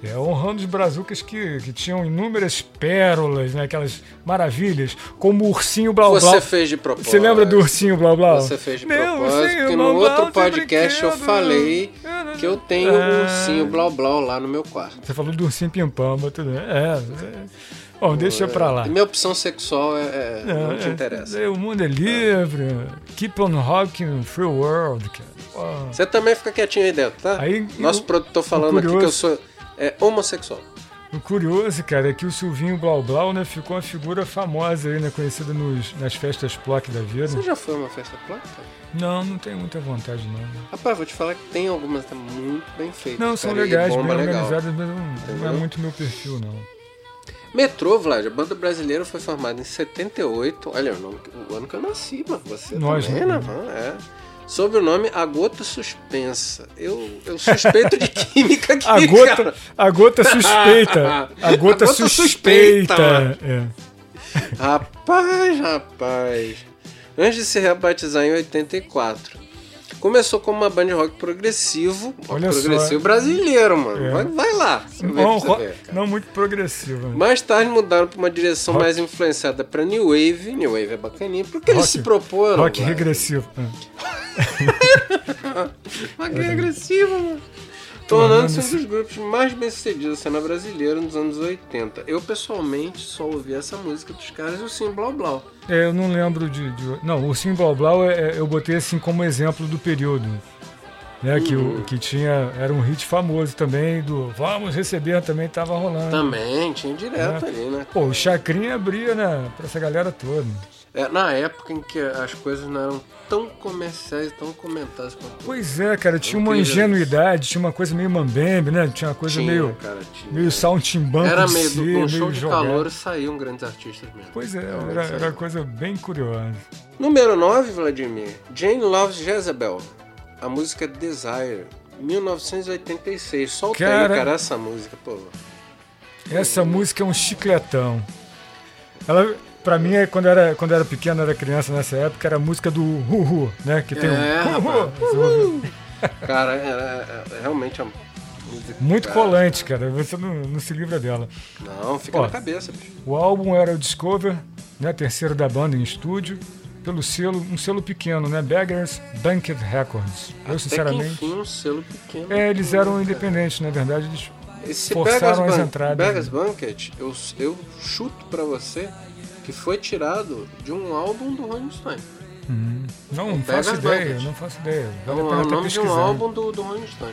Speaker 1: É, honrando os brazucas que, que tinham inúmeras pérolas, né, aquelas maravilhas, como o ursinho Blau Blau.
Speaker 2: Você fez de propósito. Você
Speaker 1: lembra do ursinho Blau Blau?
Speaker 2: Você fez de Não, propósito, porque no
Speaker 1: tá
Speaker 2: outro podcast eu falei que eu tenho é... um ursinho Blau Blau lá no meu quarto.
Speaker 1: Você falou do ursinho Pimpamba, tudo bem. É, é. Bom, deixa pra lá.
Speaker 2: Minha opção sexual é, não, não te interessa.
Speaker 1: o mundo é livre. Keep on rocking free world, cara.
Speaker 2: Você também fica quietinho aí dentro, tá?
Speaker 1: Aí,
Speaker 2: Nosso eu, produtor falando curioso, aqui que eu sou é homossexual.
Speaker 1: O curioso, cara, é que o Silvinho Blau Blau, né, ficou uma figura famosa aí, né, conhecida nos, nas festas Plock da vida.
Speaker 2: Você já foi uma festa Plock, cara?
Speaker 1: Não, não tenho muita vontade, não. Né?
Speaker 2: Rapaz, vou te falar que tem algumas tá muito bem feitas.
Speaker 1: Não, são
Speaker 2: cara,
Speaker 1: legais, bem organizadas, legal. mas não, Entendeu? é muito meu perfil, não.
Speaker 2: Metrô, Vlad, a banda brasileira foi formada em 78. Olha, o, nome, o ano que eu nasci, mano. Você Nós, também, né? Mano? É sob o nome A Gota Suspensa. Eu, eu suspeito de química aqui,
Speaker 1: a gota, cara. A gota suspeita. A gota, a gota suspeita. suspeita.
Speaker 2: É. Rapaz, rapaz. Antes de se rebatizar em 84. Começou como uma banda de rock progressivo. Olha progressivo só. brasileiro, mano. É. Vai, vai, lá.
Speaker 1: Não, ver, não, muito progressivo. né? Mano.
Speaker 2: Mais tarde mudaram para uma direção rock. mais influenciada para New Wave. New Wave é bacaninha. Porque rock, eles se proporam.
Speaker 1: Rock vai. regressivo. né?
Speaker 2: rock é. regressivo, mano. Tornando-se um dos grupos mais bem-sucedidos da cena brasileira nos anos 80. Eu, pessoalmente, só ouvi essa música dos caras e o Sim Blau Blau.
Speaker 1: É, eu não lembro de... de não, o Sim Blau Blau é, eu botei assim como exemplo do período. Né, que,
Speaker 2: Hum.
Speaker 1: o, que tinha era um hit famoso também do Vamos Receber também tava rolando.
Speaker 2: Tá. Também, tinha direto
Speaker 1: né?
Speaker 2: ali, né?
Speaker 1: Pô, o Chacrinha abria, né, pra essa galera toda.
Speaker 2: É, na época em que as coisas não eram tão comerciais e tão comentadas quanto.
Speaker 1: Pois é, cara, tinha uma ingenuidade, tinha uma coisa meio mambembe, né? Tinha uma coisa
Speaker 2: tinha,
Speaker 1: meio.
Speaker 2: Cara, tinha.
Speaker 1: Meio saltimbanco.
Speaker 2: Era meio
Speaker 1: si,
Speaker 2: do um show
Speaker 1: meio
Speaker 2: de jogado. calor saíam grandes artistas mesmo.
Speaker 1: Pois é, era, era, era coisa bem curiosa.
Speaker 2: Número 9, Vladimir. Jane Loves Jezebel. A música Desire, 1986. Solta cara, aí, cara, essa música, pô.
Speaker 1: Essa música é um chicletão. Ela, pra mim, é quando era, quando era pequeno, era criança nessa época, era a música do Huhu, -hu, né? Que tem
Speaker 2: é,
Speaker 1: um
Speaker 2: Huhu. -hu. Cara, é, era, era realmente a música.
Speaker 1: Muito cara. colante, cara. Você não, não, se livra dela.
Speaker 2: Não, fica Ó, na cabeça. Bicho.
Speaker 1: O álbum era o Discover, né? Terceiro da banda em estúdio pelo selo, um selo pequeno, né? Beggars Banquet Records. Eu,
Speaker 2: Até
Speaker 1: sinceramente.
Speaker 2: Que, enfim, um selo pequeno.
Speaker 1: É, eles eram cara. independentes, na verdade, eles Esse forçaram
Speaker 2: Beggars
Speaker 1: as entradas. né?
Speaker 2: Beggars Banquet, eu, eu chuto para você que foi tirado de um álbum do Rolling Stone.
Speaker 1: Hum. Não, não faço ideia, Banquet. não faço ideia. Vale
Speaker 2: um não, é o nome pesquisar. de um álbum do, do Rolling Stone.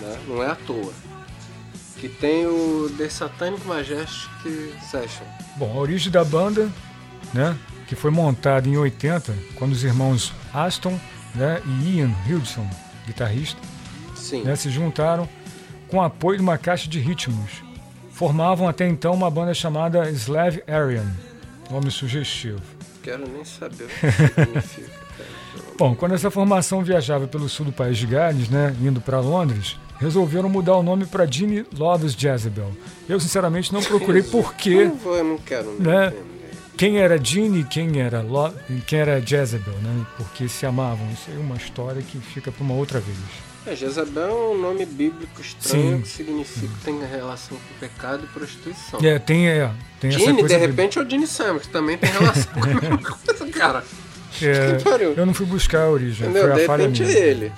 Speaker 2: Né? Não é à toa. que tem o The Satanic Majestic Session.
Speaker 1: Bom, a origem da banda, né, que foi montada em 80, quando os irmãos Aston né, e Ian Hildson, guitarrista,
Speaker 2: Sim.
Speaker 1: né, se juntaram com o apoio de uma caixa de ritmos. Formavam até então uma banda chamada Slav Aryan, nome sugestivo.
Speaker 2: Quero nem saber o que significa, cara.
Speaker 1: Bom, quando essa formação viajava pelo sul do país de Gales, né, indo para Londres, resolveram mudar o nome para Jimmy Loves Jezebel. Eu sinceramente não procurei por quê,
Speaker 2: Não vou, eu não quero me
Speaker 1: Né?
Speaker 2: entender.
Speaker 1: quem era Jimmy e quem era Lo... e quem era Jezebel, né? Porque se amavam. Isso aí é uma história que fica para uma outra vez.
Speaker 2: É, Jezabel é um nome bíblico estranho
Speaker 1: Sim.
Speaker 2: que significa que tem relação com pecado e prostituição.
Speaker 1: É, tem, é, tem essa
Speaker 2: Gene,
Speaker 1: coisa
Speaker 2: de
Speaker 1: bem-
Speaker 2: repente, é o Gene Simons, que também tem relação com a mesma coisa, cara.
Speaker 1: É,
Speaker 2: que pariu.
Speaker 1: eu não fui buscar a origem,
Speaker 2: Entendeu?
Speaker 1: foi
Speaker 2: De
Speaker 1: a falha
Speaker 2: repente
Speaker 1: minha.
Speaker 2: é ele.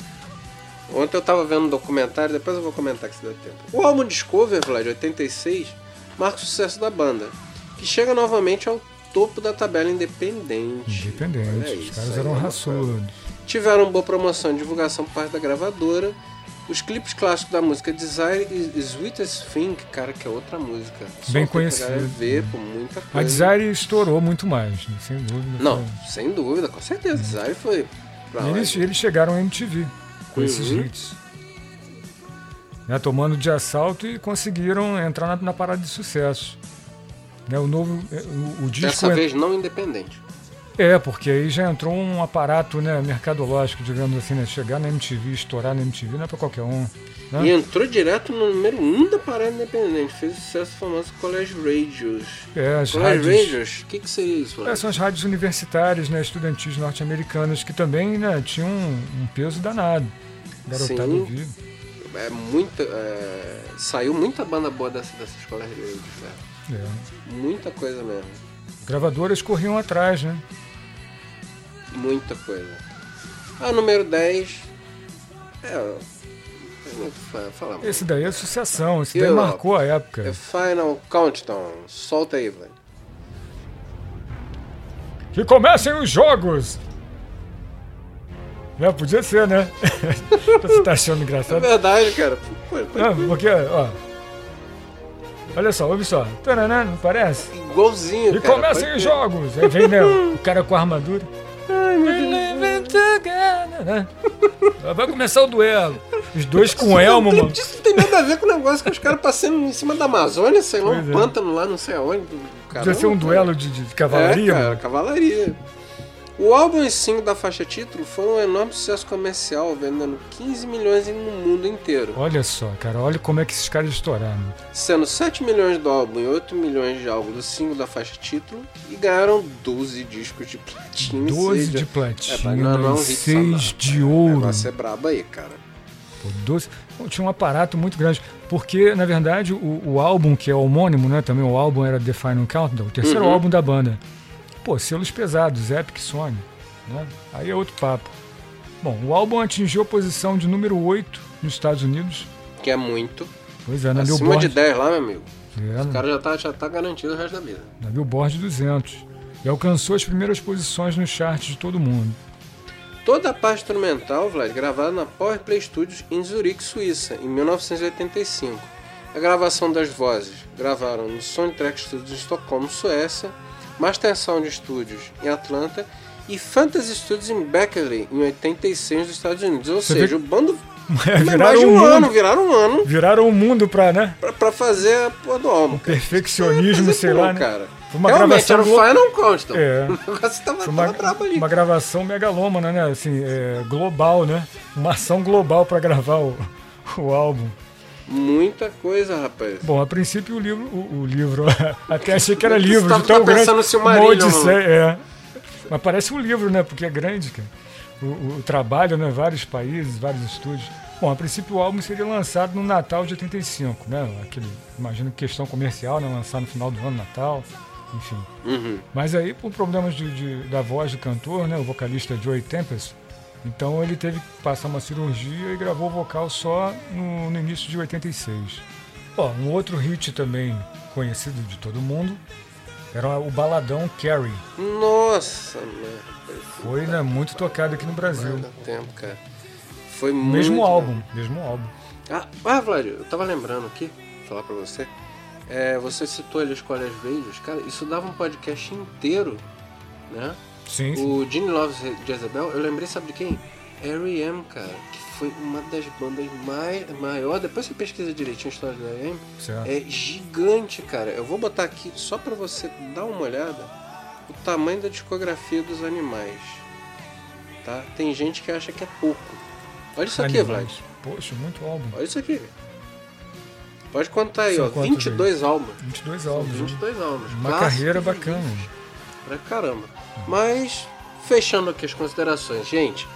Speaker 2: Ontem eu tava vendo um documentário, depois eu vou comentar que se der tempo. O álbum Discover, Vlad, 86, marca o sucesso da banda, que chega novamente ao topo da tabela independente. Olha
Speaker 1: Independente, os
Speaker 2: isso
Speaker 1: caras
Speaker 2: aí,
Speaker 1: eram
Speaker 2: é uma
Speaker 1: raçudos.
Speaker 2: tiveram boa promoção e divulgação por parte da gravadora. Os clipes clássicos da música Desire e e Sweetest Thing, cara, que é outra música. Só
Speaker 1: Bem
Speaker 2: tem pra
Speaker 1: conhecida.
Speaker 2: galera ver por muita coisa.
Speaker 1: A Desire estourou muito mais, né, sem dúvida.
Speaker 2: Não, sem dúvida, com certeza. Desire foi. Pra
Speaker 1: Foi.
Speaker 2: lá.
Speaker 1: Eles, eles chegaram à MTV com
Speaker 2: é. Uhum.
Speaker 1: esses hits. Né, tomando de assalto e conseguiram entrar na, na parada de sucesso. Né, o novo. é, O, o disco.
Speaker 2: Dessa
Speaker 1: en-
Speaker 2: vez não independente.
Speaker 1: É, porque aí já entrou um aparato né, mercadológico, digamos assim, né? Chegar na MTV, estourar na MTV, não é pra qualquer um. né?
Speaker 2: E entrou direto no número 1 um da parada independente. Fez sucesso famoso College Radios.
Speaker 1: É, as
Speaker 2: College
Speaker 1: rádios.
Speaker 2: Radios? O que, que seria isso,
Speaker 1: É,
Speaker 2: Vlad?
Speaker 1: são as rádios universitárias, né, estudantis norte-americanas, que também né, tinham um, um peso danado. Garotada
Speaker 2: Sim.
Speaker 1: ouvia.
Speaker 2: É muito. é, Saiu muita banda boa dessa, dessas College Radios, velho.
Speaker 1: É.
Speaker 2: Muita coisa mesmo.
Speaker 1: Gravadoras corriam atrás, né?
Speaker 2: Muita coisa. A número 10. É. Eu não fa- falar muito.
Speaker 1: Esse daí é sucessão, esse daí
Speaker 2: Eu-
Speaker 1: marcou a época.
Speaker 2: The Final Countdown. Solta aí, velho.
Speaker 1: Que comecem os jogos! Né, podia ser, né? Você tá achando
Speaker 2: É
Speaker 1: engraçado?
Speaker 2: verdade, cara. Pô, tá
Speaker 1: Não, É, porque, ó. Olha só, ouve só. Taranã, não parece?
Speaker 2: igualzinho,
Speaker 1: Ah. E
Speaker 2: cara.
Speaker 1: comecem
Speaker 2: Pode
Speaker 1: os
Speaker 2: ter.
Speaker 1: jogos! Aí vem, né, o cara com a armadura.
Speaker 2: Ai, meu Deus.
Speaker 1: Vai começar o duelo. Os dois com elmo,
Speaker 2: Não tem-
Speaker 1: mano.
Speaker 2: Isso não tem nada a ver com o negócio que os caras passando em cima da Amazônia, sei lá,
Speaker 1: Pois
Speaker 2: um
Speaker 1: é.
Speaker 2: pântano lá, não sei aonde. Caramba,
Speaker 1: Podia ser um
Speaker 2: cara.
Speaker 1: duelo de, de cavalaria.
Speaker 2: É,
Speaker 1: mano.
Speaker 2: cara, cavalaria. O álbum e single da faixa título foram um enorme sucesso comercial, vendendo 15 milhões no mundo inteiro.
Speaker 1: Olha só, cara, olha como é que esses caras estouraram.
Speaker 2: sendo 7 milhões do álbum e 8 milhões de álbum do single da faixa título, e ganharam 12 discos de platina.
Speaker 1: 12 de
Speaker 2: É, mas
Speaker 1: platina
Speaker 2: não- não é um
Speaker 1: e
Speaker 2: hit
Speaker 1: 6
Speaker 2: só, não.
Speaker 1: de
Speaker 2: O
Speaker 1: ouro.
Speaker 2: negócio é brabo aí, cara.
Speaker 1: Pô, 12. Pô, Tinha um aparato muito grande. Porque, na verdade, o, o álbum, que é homônimo, né? Também o álbum era The Final Countdown, o terceiro
Speaker 2: Uhum.
Speaker 1: álbum da banda. Pô, selos pesados, Epic Sony. Né? Aí é outro papo. Bom, o álbum atingiu a posição de número 8 nos Estados Unidos.
Speaker 2: Que é muito.
Speaker 1: Pois é, na
Speaker 2: Acima de
Speaker 1: Billboard.
Speaker 2: 10 lá, meu amigo.
Speaker 1: É,
Speaker 2: O cara já tá, já tá garantido o resto da vida.
Speaker 1: na Billboard 200. E alcançou as primeiras posições nos charts de todo mundo.
Speaker 2: Toda a parte instrumental, Vlad, gravada na Power Play Studios em Zurique, Suíça, em 1985. A gravação das vozes gravaram no Soundtrack Studios em Estocolmo, Suécia, Master Sound Studios em Atlanta e Fantasy Studios em Berkeley, em 86, nos Estados Unidos. Ou
Speaker 1: Você
Speaker 2: seja,
Speaker 1: vê-
Speaker 2: o bando
Speaker 1: Viraram
Speaker 2: mais de
Speaker 1: o
Speaker 2: um
Speaker 1: mundo.
Speaker 2: ano, viraram um ano
Speaker 1: Viraram o mundo pra, né?
Speaker 2: pra, pra fazer a porra do álbum. cara.
Speaker 1: Perfeccionismo,
Speaker 2: Fazer
Speaker 1: sei
Speaker 2: porra,
Speaker 1: lá, né?
Speaker 2: cara.
Speaker 1: Foi uma
Speaker 2: Realmente,
Speaker 1: gravação
Speaker 2: era o
Speaker 1: glo-
Speaker 2: Final Constant.
Speaker 1: É.
Speaker 2: O negócio tava,
Speaker 1: Foi uma,
Speaker 2: tava brabo ali,
Speaker 1: uma gravação megalômana, né? Assim, é, global, né? Uma ação global para gravar o, o álbum.
Speaker 2: Muita coisa, rapaz.
Speaker 1: Bom, a princípio o livro, o, o livro, até achei que era livro,
Speaker 2: Você tá-
Speaker 1: de tão
Speaker 2: tá
Speaker 1: grande.
Speaker 2: pensando
Speaker 1: uma
Speaker 2: no Silmarillion,
Speaker 1: odisseia, é. Mas parece um livro, né? Porque é grande, cara. O, o- o trabalho, né? Vários países, vários estúdios. Bom, a princípio o álbum seria lançado no Natal de 85, né? Aquele, imagino que questão comercial, né? Lançar no final do ano, Natal, enfim.
Speaker 2: Uhum.
Speaker 1: Mas aí, por problemas de, de- da voz do cantor, né, o vocalista Joey Tempest, então ele teve que passar uma cirurgia e gravou o vocal só no, no início de 86. Ó, um outro hit também conhecido de todo mundo era o baladão Carrie.
Speaker 2: Nossa, merda.
Speaker 1: Foi né, muito tocado aqui no Brasil.
Speaker 2: Guarda um tempo, cara. Foi muito.
Speaker 1: Mesmo
Speaker 2: bom.
Speaker 1: álbum, mesmo álbum.
Speaker 2: Ah, ah, Vlad, eu tava lembrando aqui. falar pra você. É, você citou ali os College Radios. Cara, isso dava um podcast inteiro, né?
Speaker 1: Sim, sim.
Speaker 2: O Gene Loves Jezebel, eu lembrei, sabe de quem? R.E.M., cara, que foi uma das bandas mais maior. Depois você pesquisa direitinho a história do R.E.M.
Speaker 1: Certo.
Speaker 2: É gigante, cara. Eu vou botar aqui, só pra você dar uma olhada, o tamanho da discografia dos animais. Tá? Tem gente que acha que é pouco. Olha isso aqui, Vlad.
Speaker 1: Animais. Poxa, muito álbum.
Speaker 2: Olha isso aqui. Pode contar aí,
Speaker 1: São
Speaker 2: ó.
Speaker 1: quantos
Speaker 2: 22 álbuns.
Speaker 1: 22
Speaker 2: São
Speaker 1: álbuns. né?
Speaker 2: 22 álbuns.
Speaker 1: Uma
Speaker 2: Clássicos
Speaker 1: carreira
Speaker 2: e
Speaker 1: bacana.
Speaker 2: hits Pra caramba. Mas, fechando aqui as considerações, gente,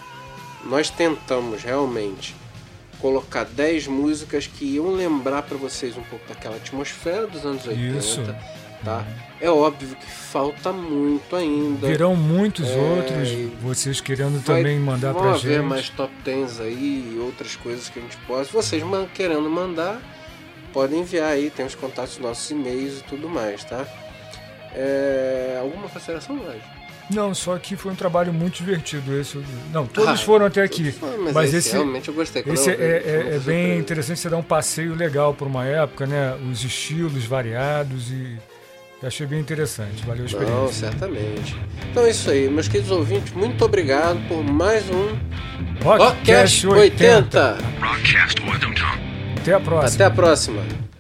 Speaker 2: nós tentamos realmente colocar 10 músicas que iam lembrar pra vocês um pouco daquela atmosfera dos anos 80.
Speaker 1: Isso.
Speaker 2: Tá? É óbvio que falta muito ainda.
Speaker 1: Virão muitos
Speaker 2: É,
Speaker 1: outros,
Speaker 2: e
Speaker 1: vocês querendo
Speaker 2: Vai-
Speaker 1: também mandar
Speaker 2: vão
Speaker 1: pra
Speaker 2: haver
Speaker 1: gente.
Speaker 2: mais top 10 aí e outras coisas que a gente possa. Vocês man- querendo mandar, podem enviar aí, tem os contatos nossos e-mails e tudo mais, tá? É, alguma consideração, Vlad?
Speaker 1: Não, só que foi um trabalho muito divertido esse. Não, todos
Speaker 2: Ah,
Speaker 1: foram até aqui.
Speaker 2: todos foram, mas esse é realmente eu gostei. Quando
Speaker 1: Esse
Speaker 2: eu vi,
Speaker 1: é,
Speaker 2: foi
Speaker 1: é-
Speaker 2: uma
Speaker 1: é bem
Speaker 2: surpresa.
Speaker 1: interessante, você dá um passeio legal por uma época, né? Os estilos variados e eu achei bem interessante. Valeu a experiência.
Speaker 2: Não, certamente. Então é isso aí, meus queridos ouvintes, muito obrigado por mais um
Speaker 1: Rockcast 80.
Speaker 2: 80.
Speaker 3: Rockcast 180.
Speaker 1: Até a próxima.
Speaker 2: Até a próxima.